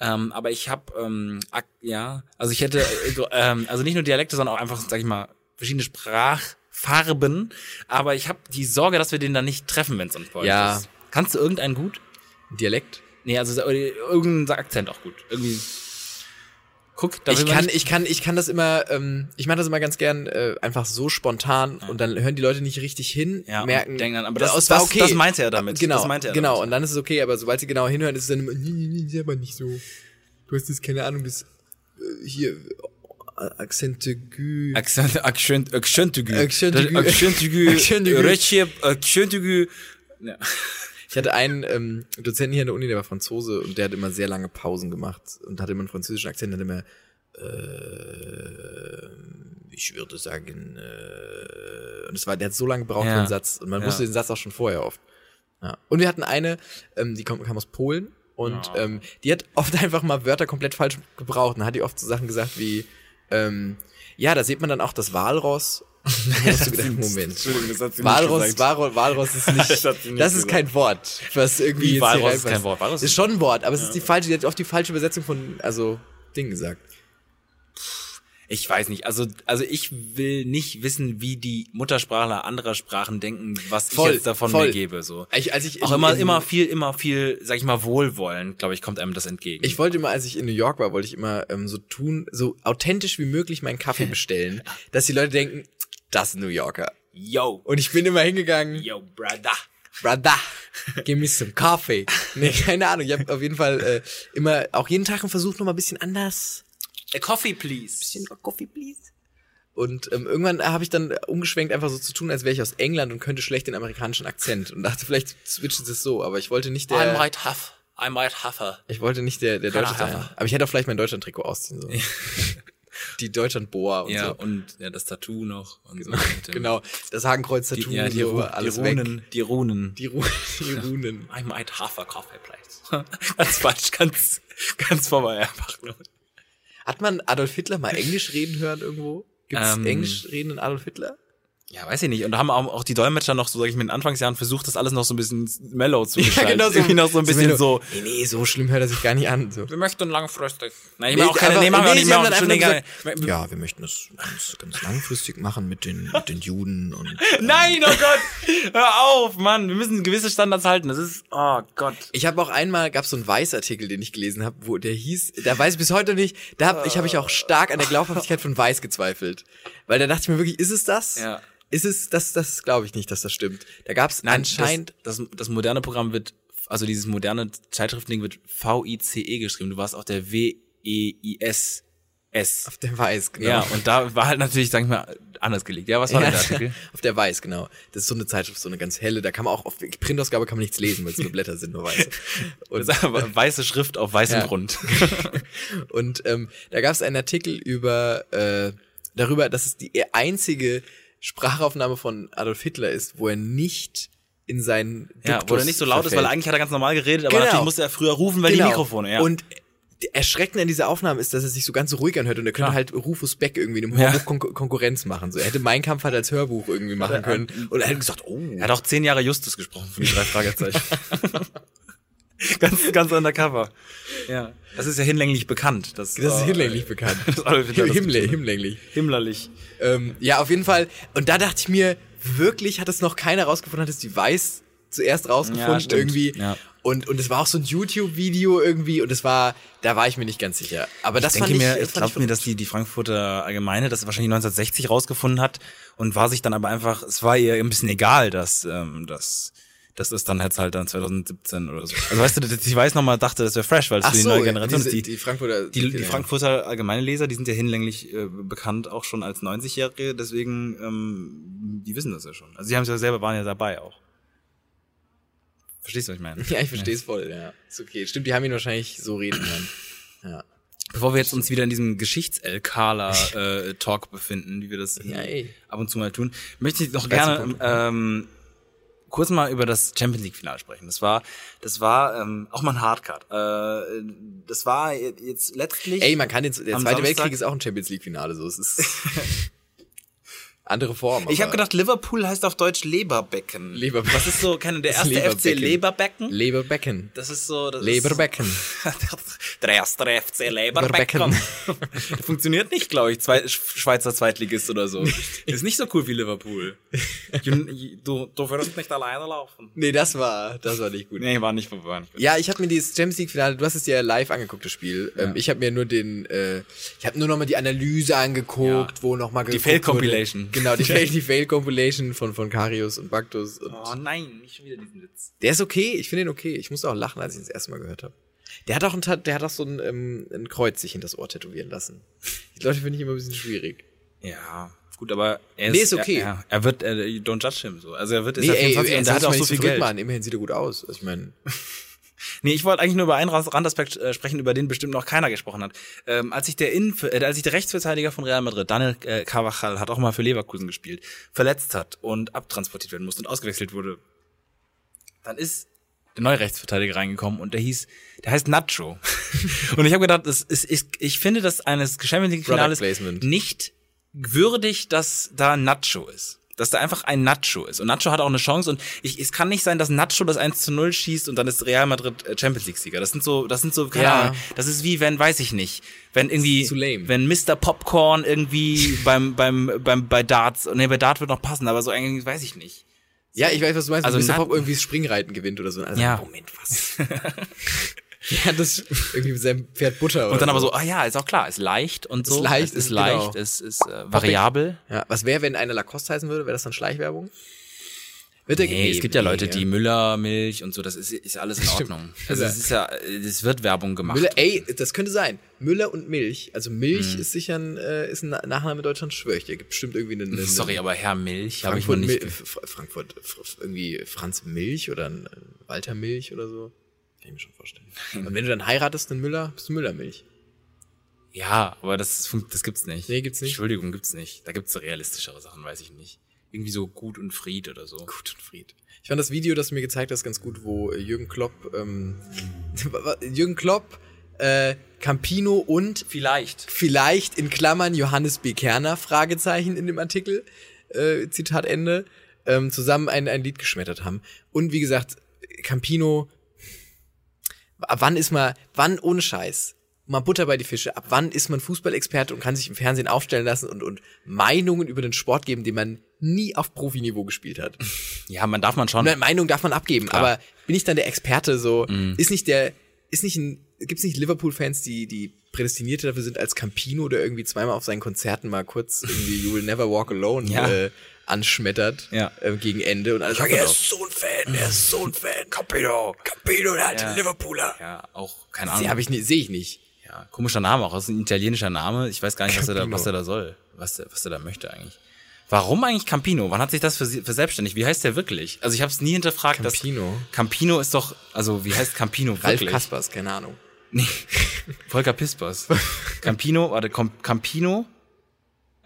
Ähm, aber ich habe, ähm, ak- ja, also ich hätte, äh, so, ähm, also nicht nur Dialekte, sondern auch einfach, sag ich mal, verschiedene Sprachfarben. Aber ich habe die Sorge, dass wir den dann nicht treffen, wenn es uns Polnisch
Ja.
ist. Kannst du irgendeinen gut?
Dialekt?
Nee, also oder irgendeinen Akzent auch gut. Irgendwie. Guck, da
ich
will man
kann,
nicht-
ich kann, ich kann das immer, ähm, ich mache das immer ganz gern äh, einfach so spontan und dann hören die Leute nicht richtig hin,
Ja, und
merken,
denken dann, aber das-
es war
das- das meinte er damit.
Genau,
Das meinte er
genau.
damit.
Und dann ist es okay, aber sobald sie genau hinhören, ist es dann immer, nee, nee, nee, ist aber nicht so. Du hast jetzt keine Ahnung, bis äh, hier äh, Akzente gü.
Accent, accent, accentugu.
Accentugu.
Das- Accentugu.
Accentugu.
Recep, accentugu.
Ich hatte einen ähm, Dozenten hier an der Uni, der war Franzose und der hat immer sehr lange Pausen gemacht und hatte immer einen französischen Akzent, hat immer, äh, ich würde sagen, äh, und es war, der hat so lange gebraucht
Ja.
für den Satz und man
Ja.
wusste den Satz auch schon vorher oft. Ja. Und wir hatten eine, ähm, die kam, kam aus Polen und
Ja.
ähm, die hat oft einfach mal Wörter komplett falsch gebraucht und hat die oft so Sachen gesagt wie, ähm, ja, da sieht man dann auch das Walross. Hast du gedacht, Moment.
Entschuldigung, das hat sie nicht
Walross,
gesagt.
Walro- Walross ist nicht,
Das
das,
hat sie nicht
ist
gesagt.
kein Wort, was irgendwie
Wie,
jetzt
Walross
hier
ist kein
reinpasst.
Wort? Walross
ist
ist-
schon ein Wort, aber es ist die falsche, die hat oft die falsche Übersetzung von, also, Ding gesagt.
Ich weiß nicht. Also, also ich will nicht wissen, wie die Muttersprachler anderer Sprachen denken, was
Voll,
ich jetzt davon
voll.
mir gebe, so.
Ich, als ich
Auch
in-
immer,
in-
immer viel, immer viel, sag ich mal, Wohlwollen, glaube ich, kommt einem das entgegen.
Ich wollte immer, als ich in New York war, wollte ich immer ähm, so tun, so authentisch wie möglich meinen Kaffee bestellen, dass die Leute denken, das ist ein New Yorker.
yo,
Und ich bin immer hingegangen,
yo, brother.
Brother, give me some coffee. Nee, keine Ahnung. Ich habe auf jeden Fall äh, immer, auch jeden Tag einen Versuch, nochmal ein bisschen anders.
A coffee, please.
Coffee, please. Und ähm, irgendwann habe ich dann umgeschwenkt, einfach so zu tun, als wäre ich aus England und könnte schlecht den amerikanischen Akzent. Und dachte, vielleicht switcht es so, aber ich wollte nicht
I
der.
might have, I might have a.
Ich wollte nicht der, der Deutsche
Keine
sein.
Ahnung.
Aber ich hätte auch vielleicht mein Deutschland-Trikot ausziehen sollen. Die Deutschland-Boa und
Ja,
so.
und, ja, das Tattoo noch und so. mit dem-
Genau. Das Hakenkreuz-Tattoo,
Die, ja, die,
so,
Ru die
alles
Runen,
weg.
die Runen.
Die, Ru die Runen.
I might have a coffee place. ganz falsch, ganz, ganz vorbei einfach nur.
Hat man Adolf Hitler mal Englisch reden hören irgendwo? Gibt es
Ähm.
Englisch redenden Adolf Hitler?
Ja, weiß ich nicht. Und da haben auch, auch die Dolmetscher noch so, sag ich mal, in den Anfangsjahren versucht, das alles noch so ein bisschen mellow zu gestalten. Irgendwie noch genau so ein bisschen so.
Nee, nee, so schlimm hört er sich gar nicht an. So.
Wir möchten langfristig. Nein, ich
Nee,
meine auch keine,
aber-
nee, machen wir
nee,
nicht
sie
mehr.
haben
auch-
dann
Entschuldigung,
einfach
gar-
Ja, wir möchten das ganz, ganz langfristig machen mit den, mit den Juden und.
Nein, oh Gott! Hör auf, Mann! Wir müssen gewisse Standards halten. Das ist, oh Gott.
Ich habe auch einmal, gab es so einen Weiß-Artikel, den ich gelesen habe, wo der hieß, da weiß ich bis heute nicht, da habe ich, hab ich auch stark an der Glaubhaftigkeit von Weiß gezweifelt. Weil da dachte ich mir wirklich, ist es das?
Ja.
Ist es, das, das glaube ich nicht, dass das stimmt. Da gab es anscheinend,
Das, das, das moderne Programm wird, also dieses E moderne Zeitschriftending wird V-I-C-E geschrieben. Du warst auf der W-E-I-S. E S.
Auf der Weiß, genau.
Ja, und da war halt natürlich, sag ich mal, anders gelegt. Ja, was war
Ja,
denn der Artikel?
auf der Weiß, genau. Das ist so eine Zeitschrift, so eine ganz helle. Da kann man auch, auf die Printausgabe kann man nichts lesen, weil es nur Blätter sind, nur weiß. Und,
Das war Weiße Schrift auf weißem
Ja.
Grund.
und ähm, da gab es einen Artikel über äh, darüber, dass es die einzige Sprachaufnahme von Adolf Hitler ist, wo er nicht in seinen
Ja, wo
Duktus
er nicht so laut ist, weil
verfällt.
eigentlich hat er ganz normal geredet, aber
Genau.
natürlich musste er früher rufen, weil
Genau.
die Mikrofone, ja.
Und erschreckend an dieser Aufnahme ist, dass er sich so ganz ruhig anhört und er könnte
Ja.
halt Rufus Beck irgendwie in einem
Ja.
Hörbuch Kon Konkurrenz machen. So, er hätte Mein Kampf halt als Hörbuch irgendwie machen können und er hätte gesagt, oh.
er hat auch zehn Jahre Justus gesprochen von die drei Fragezeichen. ganz, ganz undercover. Ja. Das ist ja hinlänglich bekannt. äh, Das,
Das ist hinlänglich bekannt.
Das Adolf Hitler, das
Himmle,
gibt's schon.
himmlänglich.
Himmlerlich.
Ähm, ja, auf jeden Fall. Und da dachte ich mir, wirklich hat es noch keiner rausgefunden, hat es die Weiß zuerst
Ja,
rausgefunden
stimmt.
irgendwie.
Ja.
Und, und es war auch so ein YouTube-Video irgendwie und es war, da war ich mir nicht ganz sicher. Aber das
ich
fand
denke
ich,
mir,
das
ich
fand
glaube mir, dass die, die Frankfurter Allgemeine das wahrscheinlich 1960 rausgefunden hat und war sich dann aber einfach, es war ihr ein bisschen egal, dass, ähm, dass das ist dann jetzt halt dann 2017 oder so. Also weißt du, dass ich weiß nochmal, dachte, das wäre fresh, weil es
Ach
für die
so,
neue Generation
diese,
ist. Die,
die Frankfurter.
die, die
genau.
Frankfurter allgemeine Leser, die sind ja hinlänglich äh, bekannt auch schon als 90-Jährige, deswegen, ähm, die wissen das ja schon. Also die haben es ja selber, waren ja dabei auch. Verstehst du, was ich meine?
Ja, ich verstehe es voll, ja. Ist okay. Stimmt, die haben ihn wahrscheinlich so reden hören. Ja.
Bevor wir jetzt uns wieder in diesem Geschichts-Elkala-Talk äh, befinden, wie wir das äh,
Ja, ey.
ab und zu mal tun, möchte ich noch
Weiß
gerne
nicht,
ähm, kurz mal über das Champions League-Finale sprechen. Das war, das war ähm, auch mal ein Hardcard. Äh, das war je- jetzt letztlich.
Ey, man kann jetzt, der
Am
Zweite
Samstag-
Weltkrieg ist auch ein Champions League-Finale, so. Es ist andere Form.
ich habe
aber-
gedacht, Liverpool heißt auf Deutsch Leberbecken.
Leberbecken.
Das ist so, keine, der
Das
erste FC
Leberbecken.
Leberbecken.
Leberbecken.
Das ist so. Das
Leberbecken.
Ist, der erste FC Leberbecken. Funktioniert nicht, glaube ich, Zwei, Schweizer Zweitligist oder so. ist nicht so cool wie Liverpool. du, du würdest nicht alleine laufen.
Nee, das war, das war nicht gut.
Nee, war nicht vorbei.
Ja, ich habe mir dieses Champions League Finale, du hast es ja live angeguckt, das Spiel. Ähm, ich habe mir nur den, äh, ich habe nur noch mal die Analyse angeguckt,
Ja.
wo noch mal geguckt
Fail-Compilation.
wurde. Genau, die Fail, die Fail Compilation von von Karius und Baktus. Und
Oh nein, nicht schon wieder diesen Witz.
Der ist okay, ich finde ihn okay. Ich musste auch lachen, als ich ihn das erste Mal gehört habe. Der hat auch, ein, Ta- der hat auch so ein, ähm, ein Kreuz sich in das Ohr tätowieren lassen. Die Leute finde ich immer ein bisschen schwierig.
Ja, gut, aber er
Nee, ist okay.
Er, er, er wird, er, you don't judge him so. Also er wird, ist
Nee,
ja
ey,
24
ey,
und
setz
er hat auch
mal
so
nicht
viel
zu verrückt
Geld.
machen. Immerhin sieht er gut aus. Also ich meine,
Nee, ich wollte eigentlich nur über einen Ras- Randaspekt äh, sprechen, über den bestimmt noch keiner gesprochen hat. Ähm, als sich der Inf äh, als sich der Rechtsverteidiger von Real Madrid, Daniel äh, Carvajal, hat auch mal für Leverkusen gespielt, verletzt hat und abtransportiert werden musste und ausgewechselt wurde, dann ist der neue Rechtsverteidiger reingekommen und der hieß, der heißt Nacho. und ich habe gedacht, es ist, ist, ich finde das eines Champions League Finales
Product Placement.
nicht würdig, dass da Nacho ist. Dass da einfach ein Nacho ist. Und Nacho hat auch eine Chance. Und ich, es kann nicht sein, dass Nacho das 1 zu 0 schießt und dann ist Real Madrid äh, Champions League-Sieger. Das sind so, das sind so, keine
Ja.
Ahnung. Das ist wie wenn, weiß ich nicht, wenn irgendwie,
zu lame.
wenn Mr. Popcorn irgendwie beim, beim, beim, bei Darts, nee, bei Dart wird noch passen, aber so eigentlich, weiß ich nicht.
ja, ich weiß, was du meinst.
Also
Also Mr.
Nat-
Pop irgendwie das Springreiten gewinnt oder so. Also,
Ja.
Moment, was? ja, das irgendwie mit seinem Pferd Butter.
Und dann aber so, ah ja, ist auch klar, ist leicht und so.
leicht,
es ist
ist-
leicht,
genau.
es ist äh, variabel.
Ja, was wäre, wenn einer Lacoste heißen würde? Wäre das dann Schleichwerbung? Wird der
Nee, es gibt ja Leute,
nee,
die
ja.
Müllermilch und so, das ist, ist alles in
Stimmt.
Ordnung. Also es ist ja, es wird Werbung gemacht.
Müller, ey, das könnte sein. Müller und Milch. Also Milch
Mhm.
ist sicher ein, äh, ist ein Na- Nachname in Deutschland, schwöre ich dir. Gibt bestimmt irgendwie einen. einen
Sorry, aber Herr Milch habe ich noch
Frankfurt,
nicht.
Mil- F- Frankfurt, F- F- irgendwie Franz Milch oder ein, äh, Walter Milch oder so. Kann ich mir schon vorstellen. Und wenn du dann heiratest, einen Müller, bist du Müllermilch.
Ja, aber das, funkt- das gibt's nicht.
Nee, gibt's nicht.
Entschuldigung, gibt's nicht. Da gibt's realistischere Sachen, weiß ich nicht. Irgendwie so Gut und Fried oder so.
Gut und Fried. Ich fand das Video, das du mir gezeigt hast, ganz gut, wo äh, Jürgen Klopp, ähm, Jürgen Klopp, äh, Campino und
Vielleicht.
vielleicht in Klammern Johannes B. Kerner, Fragezeichen in dem Artikel, äh, Zitat Ende, ähm, zusammen ein, ein Lied geschmettert haben. Und wie gesagt, Campino, ab wann ist man, wann ohne Scheiß, mal Butter bei die Fische, ab wann ist man Fußballexperte und kann sich im Fernsehen aufstellen lassen und, und Meinungen über den Sport geben, den man nie auf Profiniveau gespielt hat.
Ja, man darf man schon.
Meine Meinung darf man abgeben,
Klar.
aber bin ich dann der Experte so? Ist nicht der, ist nicht ein, gibt's nicht Liverpool-Fans, die, die prädestinierte dafür sind, als Campino, der irgendwie zweimal auf seinen Konzerten mal kurz irgendwie You Will Never Walk Alone
Ja.
äh, anschmettert
Ja.
ähm, gegen Ende und alle sagen, er ist so ein Fan, er ist so ein Fan. Campino, Campino, der alte
Ja.
Liverpooler.
Ja, auch, keine Ahnung.
Sie habe ich nicht, sehe ich nicht.
Ja, komischer Name auch. Das ist ein italienischer Name. Ich weiß gar nicht, was er da,
Campino.
was er da soll. Was der, was er da möchte eigentlich. Warum eigentlich Campino? Wann hat sich das für, für selbstständig? Wie heißt der wirklich? Also ich habe es nie hinterfragt.
Campino?
Dass Campino ist doch, also wie heißt Campino
Ralf
wirklich?
Kaspers, keine Ahnung.
Nee. Volker Pispers. Campino, warte, Com Campino,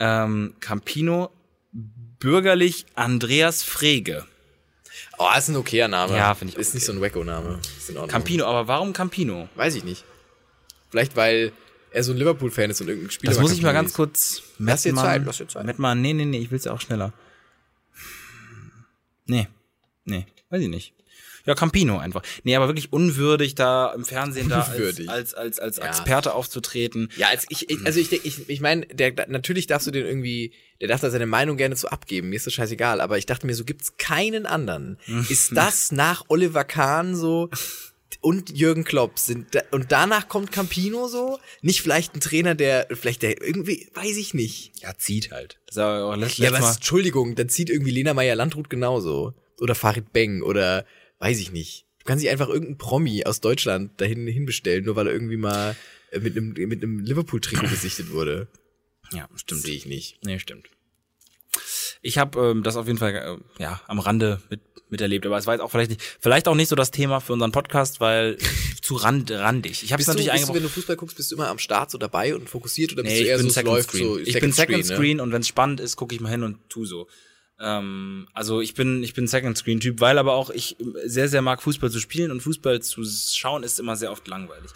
ähm, Campino, bürgerlich Andreas Frege.
Oh, ist ein okayer Name.
Ja, finde ich
Ist
okay.
nicht so ein Wacko-Name. Ist in Ordnung.
Campino, aber warum Campino?
Weiß ich nicht. Vielleicht, weil er so ein Liverpool-Fan ist und irgendein Spieler.
Das muss ich
Campino
mal ganz
ist.
kurz.
Lass dir
Mettmann-
Zeit, lass dir Zeit.
Mettmann, nee, nee, nee, ich will's ja auch schneller. Nee, nee, weiß ich nicht. Ja, Campino einfach. Nee, aber wirklich unwürdig, da im Fernsehen da als,
Unwürdig.
als, als, als
Ja.
Experte aufzutreten.
Ja, als ich, ich, also ich, denk- ich, ich meine, der, da- natürlich darfst du den irgendwie, der darf da seine Meinung gerne zu abgeben, mir ist das scheißegal, aber ich dachte mir, so gibt's keinen anderen.
Mhm.
ist das nach Oliver Kahn so und Jürgen Klopp sind, da, und danach kommt Campino so? Nicht vielleicht ein Trainer, der, vielleicht der irgendwie, weiß ich nicht.
Ja, zieht halt. Das war ja auch letzt-
Ja,
letztes
aber
Mal.
Entschuldigung, dann zieht irgendwie Lena Meyer-Landrut genauso. Oder Farid Beng oder weiß ich nicht. Du kannst dich einfach irgendeinen Promi aus Deutschland dahin hinbestellen, nur weil er irgendwie mal äh, mit einem, mit einem Liverpool-Trikot gesichtet wurde.
Ja, stimmt. eh
Sehe ich nicht.
Nee, stimmt. Ich habe ähm, das auf jeden Fall äh, ja am Rande mit miterlebt, aber es war jetzt auch vielleicht nicht, vielleicht auch nicht so das Thema für unseren Podcast, weil zu rand, randig. Ich habe es
Bist du,
natürlich
bist du,
eingebracht.
wenn du Fußball guckst, bist du immer am Start so dabei und fokussiert oder bist
Nee,
du
ich
eher
bin
so, es
Second
läuft
Screen.
so?
ich bin Second
ne?
Screen, und wenn es spannend ist, gucke ich mal hin und tu so. Ähm, also ich bin ich bin Second Screen Typ, weil aber auch ich sehr sehr mag Fußball zu spielen und Fußball zu schauen ist immer sehr oft langweilig.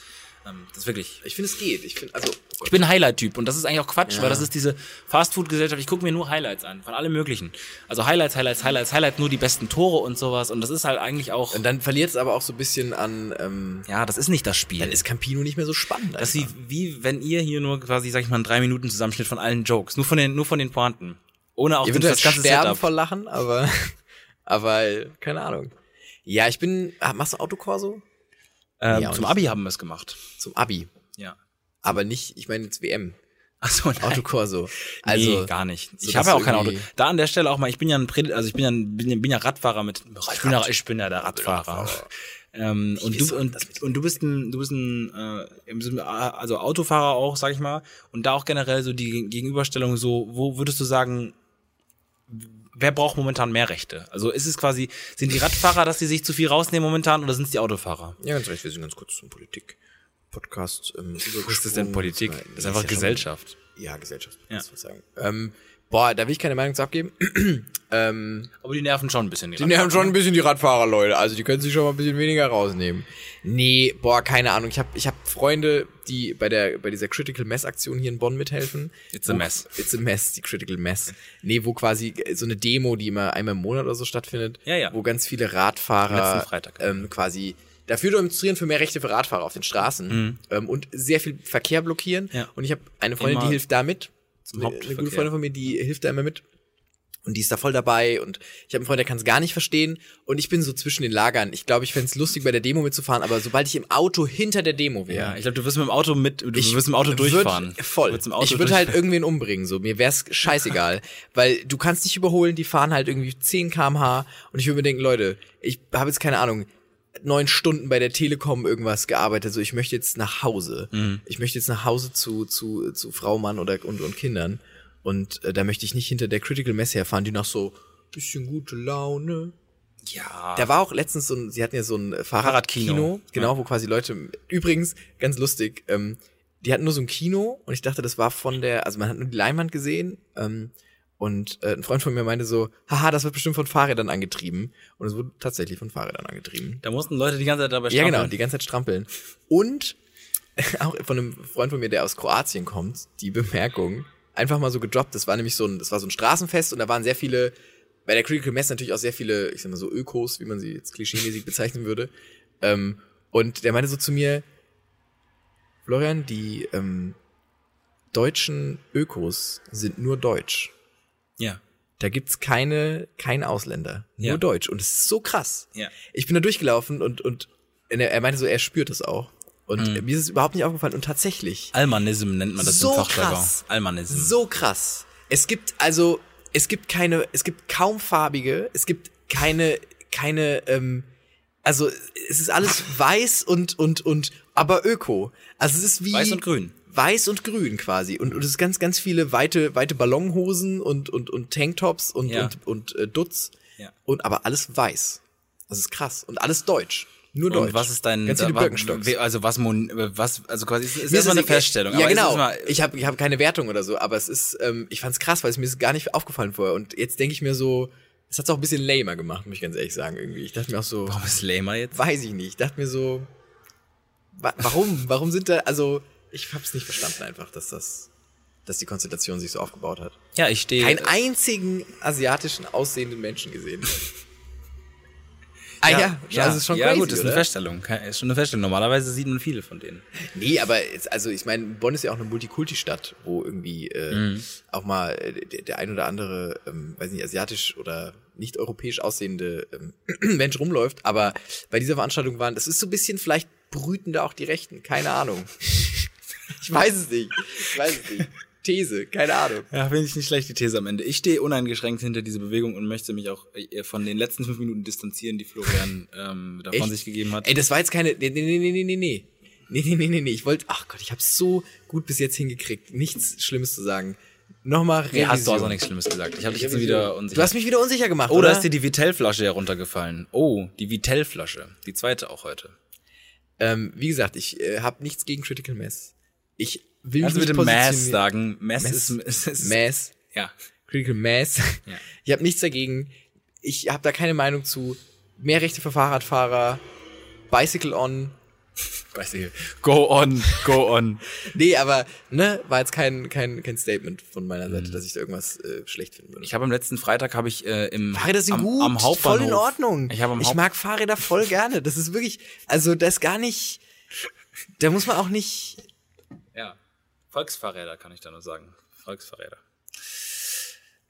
Ähm, das ist wirklich.
ne? Ich finde, es geht. Ich finde, also, oh Gott.
Ich bin Highlight-Typ und das ist eigentlich auch Quatsch,
Ja.
weil das ist diese Fastfood-Gesellschaft. Ich gucke mir nur Highlights an, von allem Möglichen. Also Highlights, Highlights, Highlights, Highlights, nur die besten Tore und sowas. Und das ist halt eigentlich auch,
und dann verliert es aber auch so ein bisschen an, ähm,
ja, das ist nicht das Spiel.
dann ist Campino nicht mehr so spannend.
das ist wie,
einfach.
wie wenn ihr hier nur quasi, sag ich mal, einen drei Minuten Zusammenschnitt von allen Jokes, nur von den, nur von den Pointen, ohne auch
Ihr
den-
würdet sterben vor Lachen, aber, aber, äh, keine Ahnung. Ja, ich bin, ah, machst du Autokorso?
Ähm,
Ja, und
zum
ich-
Abi haben wir es gemacht.
Zum Abi.
Ja.
Aber nicht, ich meine jetzt WM.
Achso, nein.
Autokorso.
Also
Also,
nee, gar nicht. Ich
dass
habe ja auch
du
kein Auto.
irgendwie-
Da an der Stelle auch mal, ich bin ja ein Pred also ich bin ja ein, bin, bin ja Radfahrer mit oh, ich bin ja, ich bin ja der Radfahrer. Ähm, und,
weiß
du,
auch
und,
das mit-
und du bist ein, du bist ein, äh, im Sinne- also Autofahrer auch, sag ich mal, und da auch generell so die Geg- Gegenüberstellung so, wo würdest du sagen, wer braucht momentan mehr Rechte? Also ist es quasi, sind die Radfahrer, dass die sich zu viel rausnehmen momentan oder sind es die Autofahrer?
ja, ganz recht, wir sind ganz kurz zum Politik. Podcast. Ähm,
Was ist denn Politik?
Nein,
Das ist einfach
ja schon-
Gesellschaft.
Ja, Gesellschaft,
Ja.
muss man sagen. Ähm, boah, da will ich keine Meinung zu abgeben. ähm,
Aber die nerven schon ein bisschen.
die nerven
ne?
schon ein bisschen die Radfahrer, Leute. Also die können sich schon mal ein bisschen weniger rausnehmen. Nee, boah, keine Ahnung. Ich habe ich hab Freunde, die bei der bei dieser Critical Mess Aktion hier in Bonn mithelfen.
It's a
Wo-
mess.
It's a mess, die Critical Mess. Nee, wo quasi äh, so eine Demo, die immer einmal im Monat oder so stattfindet,
Ja, ja.
wo ganz viele
Am
Radfahrer
letzten Freitag.
Ähm, quasi dafür demonstrieren für mehr Rechte für Radfahrer auf den Straßen ähm, und sehr viel Verkehr blockieren.
Mhm. Ja.
Und ich habe eine Freundin,
Immer
die hilft da mit.
zum
Eine- Eine
Hauptverkehr.
gute Freundin von mir, die hilft da immer mit. Und die ist da voll dabei. Und ich habe einen Freund, der kann es gar nicht verstehen. Und ich bin so zwischen den Lagern. Ich glaube, ich fänd's lustig, bei der Demo mitzufahren, aber sobald ich im Auto hinter der Demo wäre,
Ja, ich glaube, du wirst mit dem Auto mit, du
ich
wirst mit dem Auto
würd-
durchfahren. Du
Voll.
wirst mit dem Auto
ich würde halt
durchfahren.
irgendwen umbringen, so. Mir wär's scheißegal. weil du kannst nicht überholen, die fahren halt irgendwie 10 kmh. Und ich würde mir denken, Leute, ich habe jetzt keine Ahnung, neun Stunden bei der Telekom irgendwas gearbeitet, so ich möchte jetzt nach Hause.
Mhm.
Ich möchte jetzt nach Hause zu, zu, zu Frau, Mann oder, und, und Kindern. Und äh, da möchte ich nicht hinter der Critical Mess herfahren, die nach so bisschen gute Laune,
ja.
da war auch letztens so ein, sie hatten ja so ein äh, Fahrradkino,
Fahrradkino.
genau, wo quasi Leute, übrigens, ganz lustig, ähm, die hatten nur so ein Kino und ich dachte, das war von der, also man hat nur die Leinwand gesehen, ähm, und äh, ein Freund von mir meinte so, haha, das wird bestimmt von Fahrrädern angetrieben. Und es wurde tatsächlich von Fahrrädern angetrieben.
Da mussten Leute die ganze Zeit dabei
Ja,
strampeln.
genau, die ganze Zeit strampeln. Und auch von einem Freund von mir, der aus Kroatien kommt, die Bemerkung einfach mal so gedroppt. Das war nämlich so ein, das war so ein Straßenfest und da waren sehr viele, bei der Critical Mass natürlich auch sehr viele, ich sag mal so Ökos, wie man sie jetzt klischeemäßig bezeichnen würde. Ähm, und der meinte so zu mir, Florian, die ähm, deutschen Ökos sind nur deutsch.
Ja.
Da gibt's keine, kein Ausländer, nur
Ja.
deutsch. Und es ist so krass.
Ja.
Ich bin da durchgelaufen und, und er, er meinte so, er spürt es auch. Und mir ist es überhaupt nicht aufgefallen. Und tatsächlich,
Almanism nennt man das
So
im Fachjargon.
krass.
Almanism.
so krass. Es gibt also, es gibt keine, es gibt kaum farbige, es gibt keine, keine, ähm, also es ist alles weiß und, und, und aber öko. Also es ist wie
Weiß und grün.
Weiß und grün quasi. Und, und es ist ganz, ganz viele weite, weite Ballonhosen und, und, und Tanktops und,
Ja.
und, und äh, Dutz.
Ja.
Und aber alles weiß. Das ist krass. Und alles deutsch. Nur deutsch.
Und was ist dein
Ganz viele
wa-
Birkenstocks.
we- Also was mon- was also quasi ist, ist
Mir
erstmal
es
eine
egal.
Feststellung,
Ja,
aber es
genau.
ist mal-
ich habe ich hab keine Wertung oder so, aber es ist, ähm, ich fand's krass, weil es mir ist gar nicht aufgefallen vorher. Und jetzt denke ich mir so, es hat's auch ein bisschen lamer gemacht, muss ich ganz ehrlich sagen, irgendwie. Ich dachte mir auch so,
warum ist Lamer jetzt?
weiß ich nicht. Ich dachte mir so, wa warum? Warum sind da, also, ich hab's nicht verstanden einfach, dass das, dass die Konstellation sich so aufgebaut hat.
Ja, ich stehe
Keinen einzigen asiatischen aussehenden Menschen gesehen. ah ja, also ist schon
ja,
crazy,
gut, ist eine
oder?
Feststellung, Ke- ist schon eine Feststellung. Normalerweise sieht man viele von denen.
Nee, aber jetzt, also ich meine, Bonn ist ja auch eine Multikulti-Stadt, wo irgendwie äh,
Mhm.
auch mal äh, der, der ein oder andere, ähm, weiß nicht, asiatisch oder nicht europäisch aussehende ähm, Mensch rumläuft. Aber bei dieser Veranstaltung waren, das ist so ein bisschen vielleicht brüten da auch die Rechten, keine Ahnung. ich weiß es nicht. Ich weiß es nicht. These, keine Ahnung.
Ja, finde ich nicht schlecht die These am Ende. Ich stehe uneingeschränkt hinter diese Bewegung und möchte mich auch äh, von den letzten fünf Minuten distanzieren, die Florian ähm, davon
Echt?
sich gegeben hat.
Ey, das war jetzt keine. Nee, nee, nee, nee, nee, nee, nee. Nee, nee, nee, nee, nee. Ich wollte. Ach Gott, ich hab's so gut bis jetzt hingekriegt. Nichts Schlimmes zu sagen. Nochmal Revision.
Ja, hast du auch nichts Schlimmes gesagt. Ich habe dich jetzt
Revision.
wieder unsicher.
Du hast mich wieder unsicher gemacht,
oh,
oder?
da ist dir die Vitell-Flasche heruntergefallen. Oh, die Vitell-Flasche. Die zweite auch heute.
ähm, wie gesagt, ich äh, habe nichts gegen Critical Mass. Ich will
Kannst du
mich
bitte
nicht
Mass
positionieren.
sagen? Mass,
Mass.
ist, ist, ist
Mass.
Ja.
Critical Mass.
Ja.
Ich habe nichts dagegen. Ich habe da keine Meinung zu. Mehr Rechte für Fahrradfahrer. Bicycle on.
Weiß ich. Go on, go on.
Nee, aber ne, war jetzt kein, kein, kein Statement von meiner Seite, dass ich da irgendwas äh, schlecht finden würde.
ich habe am letzten Freitag habe ich äh, im
Fahrräder sind
am,
gut,
am Hauptbahnhof.
voll in Ordnung.
Ich habe am
ich
Haupt-
mag Fahrräder voll gerne. Das ist wirklich, also das ist gar nicht, da muss man auch nicht,
Ja. Volksverräter kann ich da nur sagen. Volksverräter.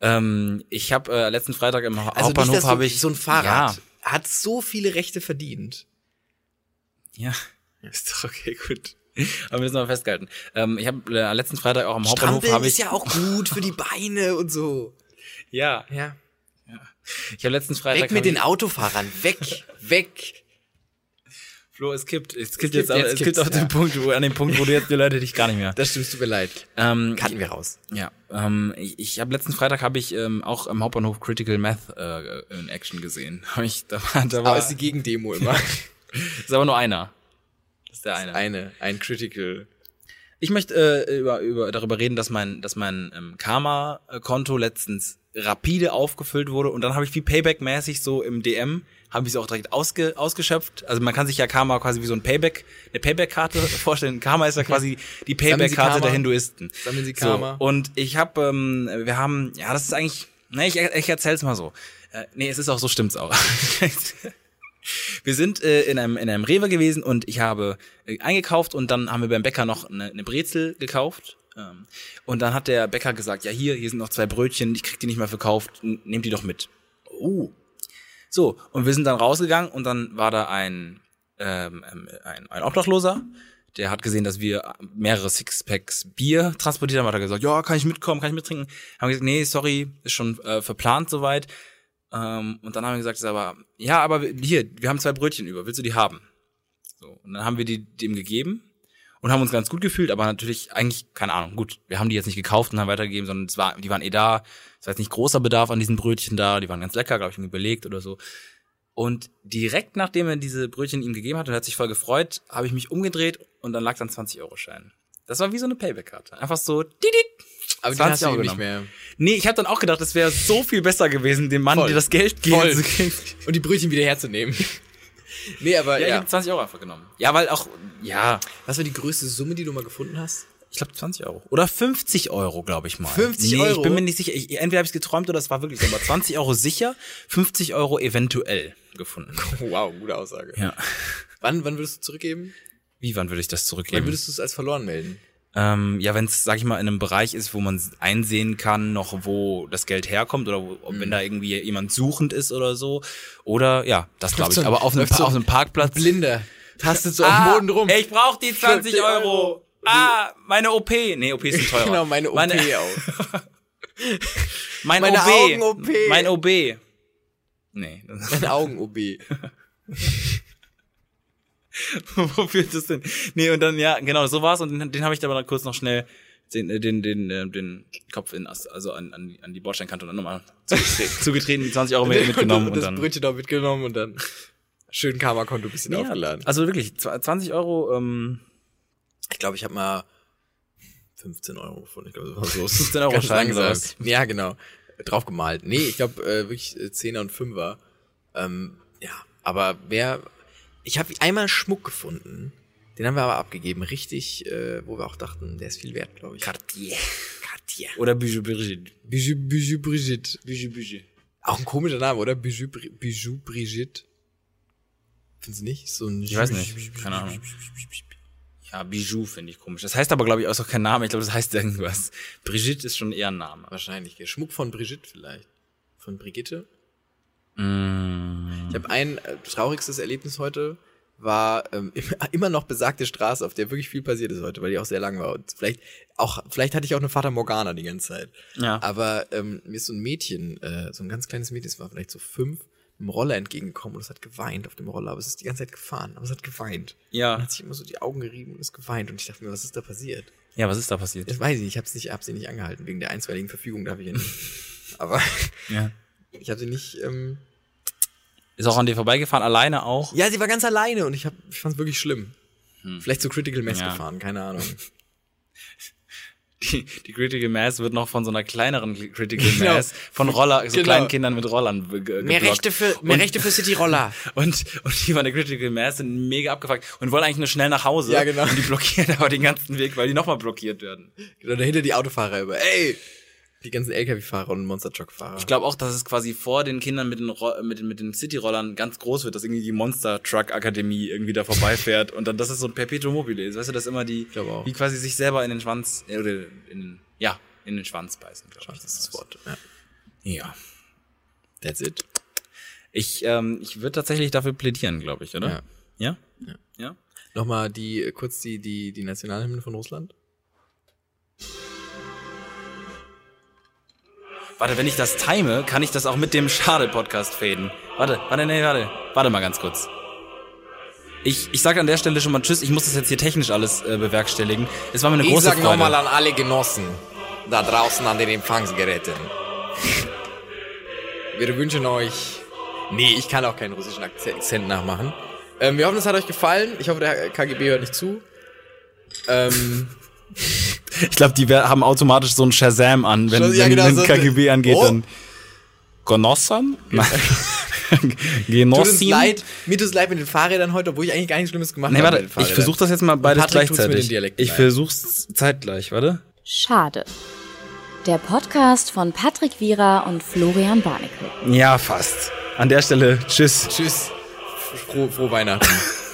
Ähm, ich habe äh, letzten Freitag im Ha-
also nicht,
Hauptbahnhof
dass du,
habe ich
so ein Fahrrad
Ja.
hat so viele Rechte verdient.
Ja. Ist doch okay, gut. Haben wir das nochmal festgehalten. Ähm, ich habe äh, letzten Freitag auch am Hauptbahnhof
Strampeln
habe
ist
ich
ja auch gut für die Beine und so.
ja.
Ja.
Ich habe letzten Freitag
Weg mit
habe ich-
den Autofahrern, weg, weg.
Flo, es kippt. Es
kippt,
kippt jetzt, aber
jetzt
es kippt
kippt's,
auf den
ja.
Punkt, wo, an dem Punkt, wo du jetzt die Leute dich gar nicht mehr.
Das stimmt, tut mir leid.
Ähm,
Kannten wir raus.
ja, ähm, ich, ich habe letzten Freitag habe ich ähm, auch am Hauptbahnhof Critical Math äh, in Action gesehen. Hab ich, da war, da war,
Aber es
ist,
ist die Gegendemo immer.
aber nur einer. Das ist der eine.
Eine, ein Critical.
Ich möchte äh, über, über, darüber reden, dass mein, dass mein ähm, Karma-Konto letztens rapide aufgefüllt wurde und dann habe ich wie Payback-mäßig so im DM, habe ich es auch direkt ausge, ausgeschöpft. Also man kann sich ja Karma quasi wie so ein Payback, eine Payback-Karte vorstellen. Karma ist ja quasi die
Sie
Payback-Karte
Karma?
der Hinduisten.
Sammeln Sie Karma?
So, und ich habe, ähm, wir haben, ja, das ist eigentlich, ne, ich, ich erzähl's mal so. Äh, nee, es ist auch so, stimmt's auch. Wir sind äh, in einem in einem Rewe gewesen und ich habe äh, eingekauft und dann haben wir beim Bäcker noch eine, eine Brezel gekauft. Ähm, und dann hat der Bäcker gesagt, ja hier, hier sind noch zwei Brötchen, ich krieg die nicht mehr verkauft, n- nehmt die doch mit. Oh. So, und wir sind dann rausgegangen und dann war da ein, ähm, ähm, ein, ein Obdachloser, der hat gesehen, dass wir mehrere Sixpacks Bier transportiert haben, hat er gesagt, ja, kann ich mitkommen, kann ich mittrinken? Haben wir gesagt, nee, sorry, ist schon äh, verplant soweit. Ähm, und dann haben wir gesagt, ist aber, ja, aber wir- hier, wir haben zwei Brötchen über, willst du die haben? So, und dann haben wir die dem gegeben und haben uns ganz gut gefühlt, aber natürlich eigentlich, keine Ahnung, gut, wir haben die jetzt nicht gekauft und haben weitergegeben, sondern es war, die waren eh da. Es war jetzt nicht großer Bedarf an diesen Brötchen da, die waren ganz lecker, glaube ich, irgendwie belegt oder so. Und direkt nachdem er diese Brötchen ihm gegeben hat und er hat sich voll gefreut, habe ich mich umgedreht und dann lag dann 20-Euro-Schein. Das war wie so eine Payback-Karte. Einfach so, didit.
Aber die
20
hast du
Euro
eben nicht
genommen.
mehr.
Nee, ich habe dann auch gedacht, es wäre so viel besser gewesen, dem Mann,
Voll.
dir das Geld geben
Voll.
zu geben.
Und die Brötchen wieder herzunehmen. nee, aber
Ja,
ja.
ich habe 20 Euro einfach genommen. Ja, weil auch, ja,
Was war die größte Summe, die du mal gefunden hast?
ich glaube 20 Euro. Oder 50 Euro, glaube ich mal.
50
ich
Euro?
bin mir nicht sicher. Ich, entweder habe ich es geträumt oder es war wirklich so. Aber 20 Euro sicher, 50 Euro eventuell gefunden.
Wow, gute Aussage.
Ja.
Wann, wann würdest du zurückgeben?
Wie, wann würde ich das
Wann
zurückgeben?
würdest du es als verloren melden?
Ähm, ja, wenn es, sag ich mal, in einem Bereich ist, wo man einsehen kann, noch wo das Geld herkommt oder wo,
Mhm.
wenn da irgendwie jemand suchend ist oder so. Oder, ja, das glaube
so
ich.
ein-
Aber auf einem,
läuft so
pa
ein
auf einem Parkplatz.
Blinder. Tastet so
Ah,
am Boden rum.
Ich brauche die 20
40
Euro.
Euro.
Ah, meine OP. Nee, OP ist teurer.
Genau, meine OP
Meine,
auch.
mein
Meine
OB.
Augen-OP.
Mein OB. Nee.
Meine Augen-OB.
Wo führt das denn? Nee, und dann, ja, genau, so war's. Und den, den habe ich dann mal kurz noch schnell den, äh, den, den, äh, den Kopf in, Ast- also an, an, die- an die Bordsteinkante und dann nochmal zugetreten, zugetreten, die 20 Euro mit- mitgenommen.
das
und dann,
Brötchen da mitgenommen und dann schön Karma-Konto ein bisschen
Ja,
aufgeladen.
Also wirklich, zw- 20 Euro, ähm,
Ich glaube, ich habe mal 15 Euro gefunden. Ich glaube, das war so. 15
Euro Schein oder was?
Ja, genau. Drauf gemalt. Nee, ich glaube äh, wirklich äh, 10er und 5er. Ähm, ja, aber wer. Ich habe einmal Schmuck gefunden. Den haben wir aber abgegeben. Richtig, äh, wo wir auch dachten, der ist viel wert, glaube ich.
Cartier.
Cartier.
Oder Bijou Brigitte.
Bijou, Bijou Brigitte.
Bijou Brigitte.
Auch ein komischer Name, oder? Bijou, Bri- Bijou Brigitte. Findest du nicht? So ein
Ich weiß nicht, keine Ahnung. Ja, Bijou finde ich komisch. Das heißt aber, glaube ich, auch kein Name. Ich glaube, das heißt irgendwas. Brigitte ist schon eher ein Name.
Wahrscheinlich. gell? Schmuck von Brigitte vielleicht. Von Brigitte.
Mm.
Ich habe ein äh, traurigstes Erlebnis heute war ähm, im- immer noch besagte Straße, auf der wirklich viel passiert ist heute, weil die auch sehr lang war. Und vielleicht auch, vielleicht hatte ich auch eine Fata Morgana die ganze Zeit.
Ja.
Aber ähm, mir ist so ein Mädchen, äh, so ein ganz kleines Mädchen, es war vielleicht so fünf, einem Roller entgegengekommen und es hat geweint auf dem Roller, aber es ist die ganze Zeit gefahren, aber es hat geweint. Und
Ja.
hat sich immer so die Augen gerieben und ist geweint. Und ich dachte mir, was ist da passiert?
ja, was ist da passiert?
Das weiß ich, ich hab's nicht, hab sie nicht angehalten. Wegen der einstweiligen Verfügung darf ich ja nicht. aber
Ja.
ich habe sie nicht. Ähm,
Ist auch an dir vorbeigefahren, alleine auch.
Ja, sie war ganz alleine und ich, hab, ich fand's wirklich schlimm.
Hm.
Vielleicht zu Critical Mass
Ja.
gefahren, keine Ahnung.
Die, die Critical Mass wird noch von so einer kleineren Critical
Genau.
Mass, von Roller, so
Genau.
kleinen Kindern mit Rollern ge- ge- geblockt.
für,
mehr Rechte
für City Roller.
Und, und die waren der Critical Mass sind mega abgefuckt und wollen eigentlich nur schnell nach Hause.
Ja, genau.
Und die blockieren aber den ganzen Weg, weil die nochmal blockiert werden.
genau, dahinter die Autofahrer über. Ey! Die ganzen LKW-Fahrer und Monster-Truck-Fahrer.
Ich glaube auch, dass es quasi vor den Kindern mit den, Ro- mit, den- mit den City-Rollern ganz groß wird, dass irgendwie die Monster-Truck-Akademie irgendwie da vorbeifährt und dann, dass es so ein Perpetuum mobile ist. Weißt du, dass immer die,
glaub auch.
die quasi sich selber in den Schwanz, äh, oder in den, ja, in den Schwanz beißen, glaube ich.
das ist das Wort. Ja.
Ja.
That's it.
Ich, ähm, ich würde tatsächlich dafür plädieren, glaube ich, oder? Ja. Ja? Ja.
Nochmal die, äh, kurz die, die, die Nationalhymne von Russland.
Warte, wenn ich das time, kann ich das auch mit dem Schade-Podcast faden. Warte, warte, nee, warte. Warte mal ganz kurz. Ich, ich sage an der Stelle schon mal Tschüss. Ich muss das jetzt hier technisch alles äh, bewerkstelligen. Es war mir eine
Ich
große
sag
Freude.
nochmal an alle Genossen da draußen an den Empfangsgeräten. Wir wünschen euch. Nee, ich kann auch keinen russischen Akzent nachmachen. Ähm, wir hoffen, es hat euch gefallen. Ich hoffe, der KGB hört nicht zu. Ähm,
Ich glaube, die wer- haben automatisch so ein Shazam an, wenn,
Ja,
wenn,
genau,
wenn
so-
KGB angeht,
Oh.
dann. Genossen? Nein.
tut uns
Genossen?
leid. Mir tut es leid mit den Fahrrädern heute, obwohl ich eigentlich gar nichts Schlimmes gemacht
Nee,
habe.
warte,
mit den
ich
Fahrrädern.
versuche das jetzt mal beides
Patrick tut's mit den
gleichzeitig.
Dialekten,
Ich
nein.
versuch's zeitgleich, warte.
Schade. Der Podcast von Patrick Wierer und Florian Barnickel.
Ja, fast. An der Stelle, tschüss.
Tschüss. Frohe, frohe Weihnachten.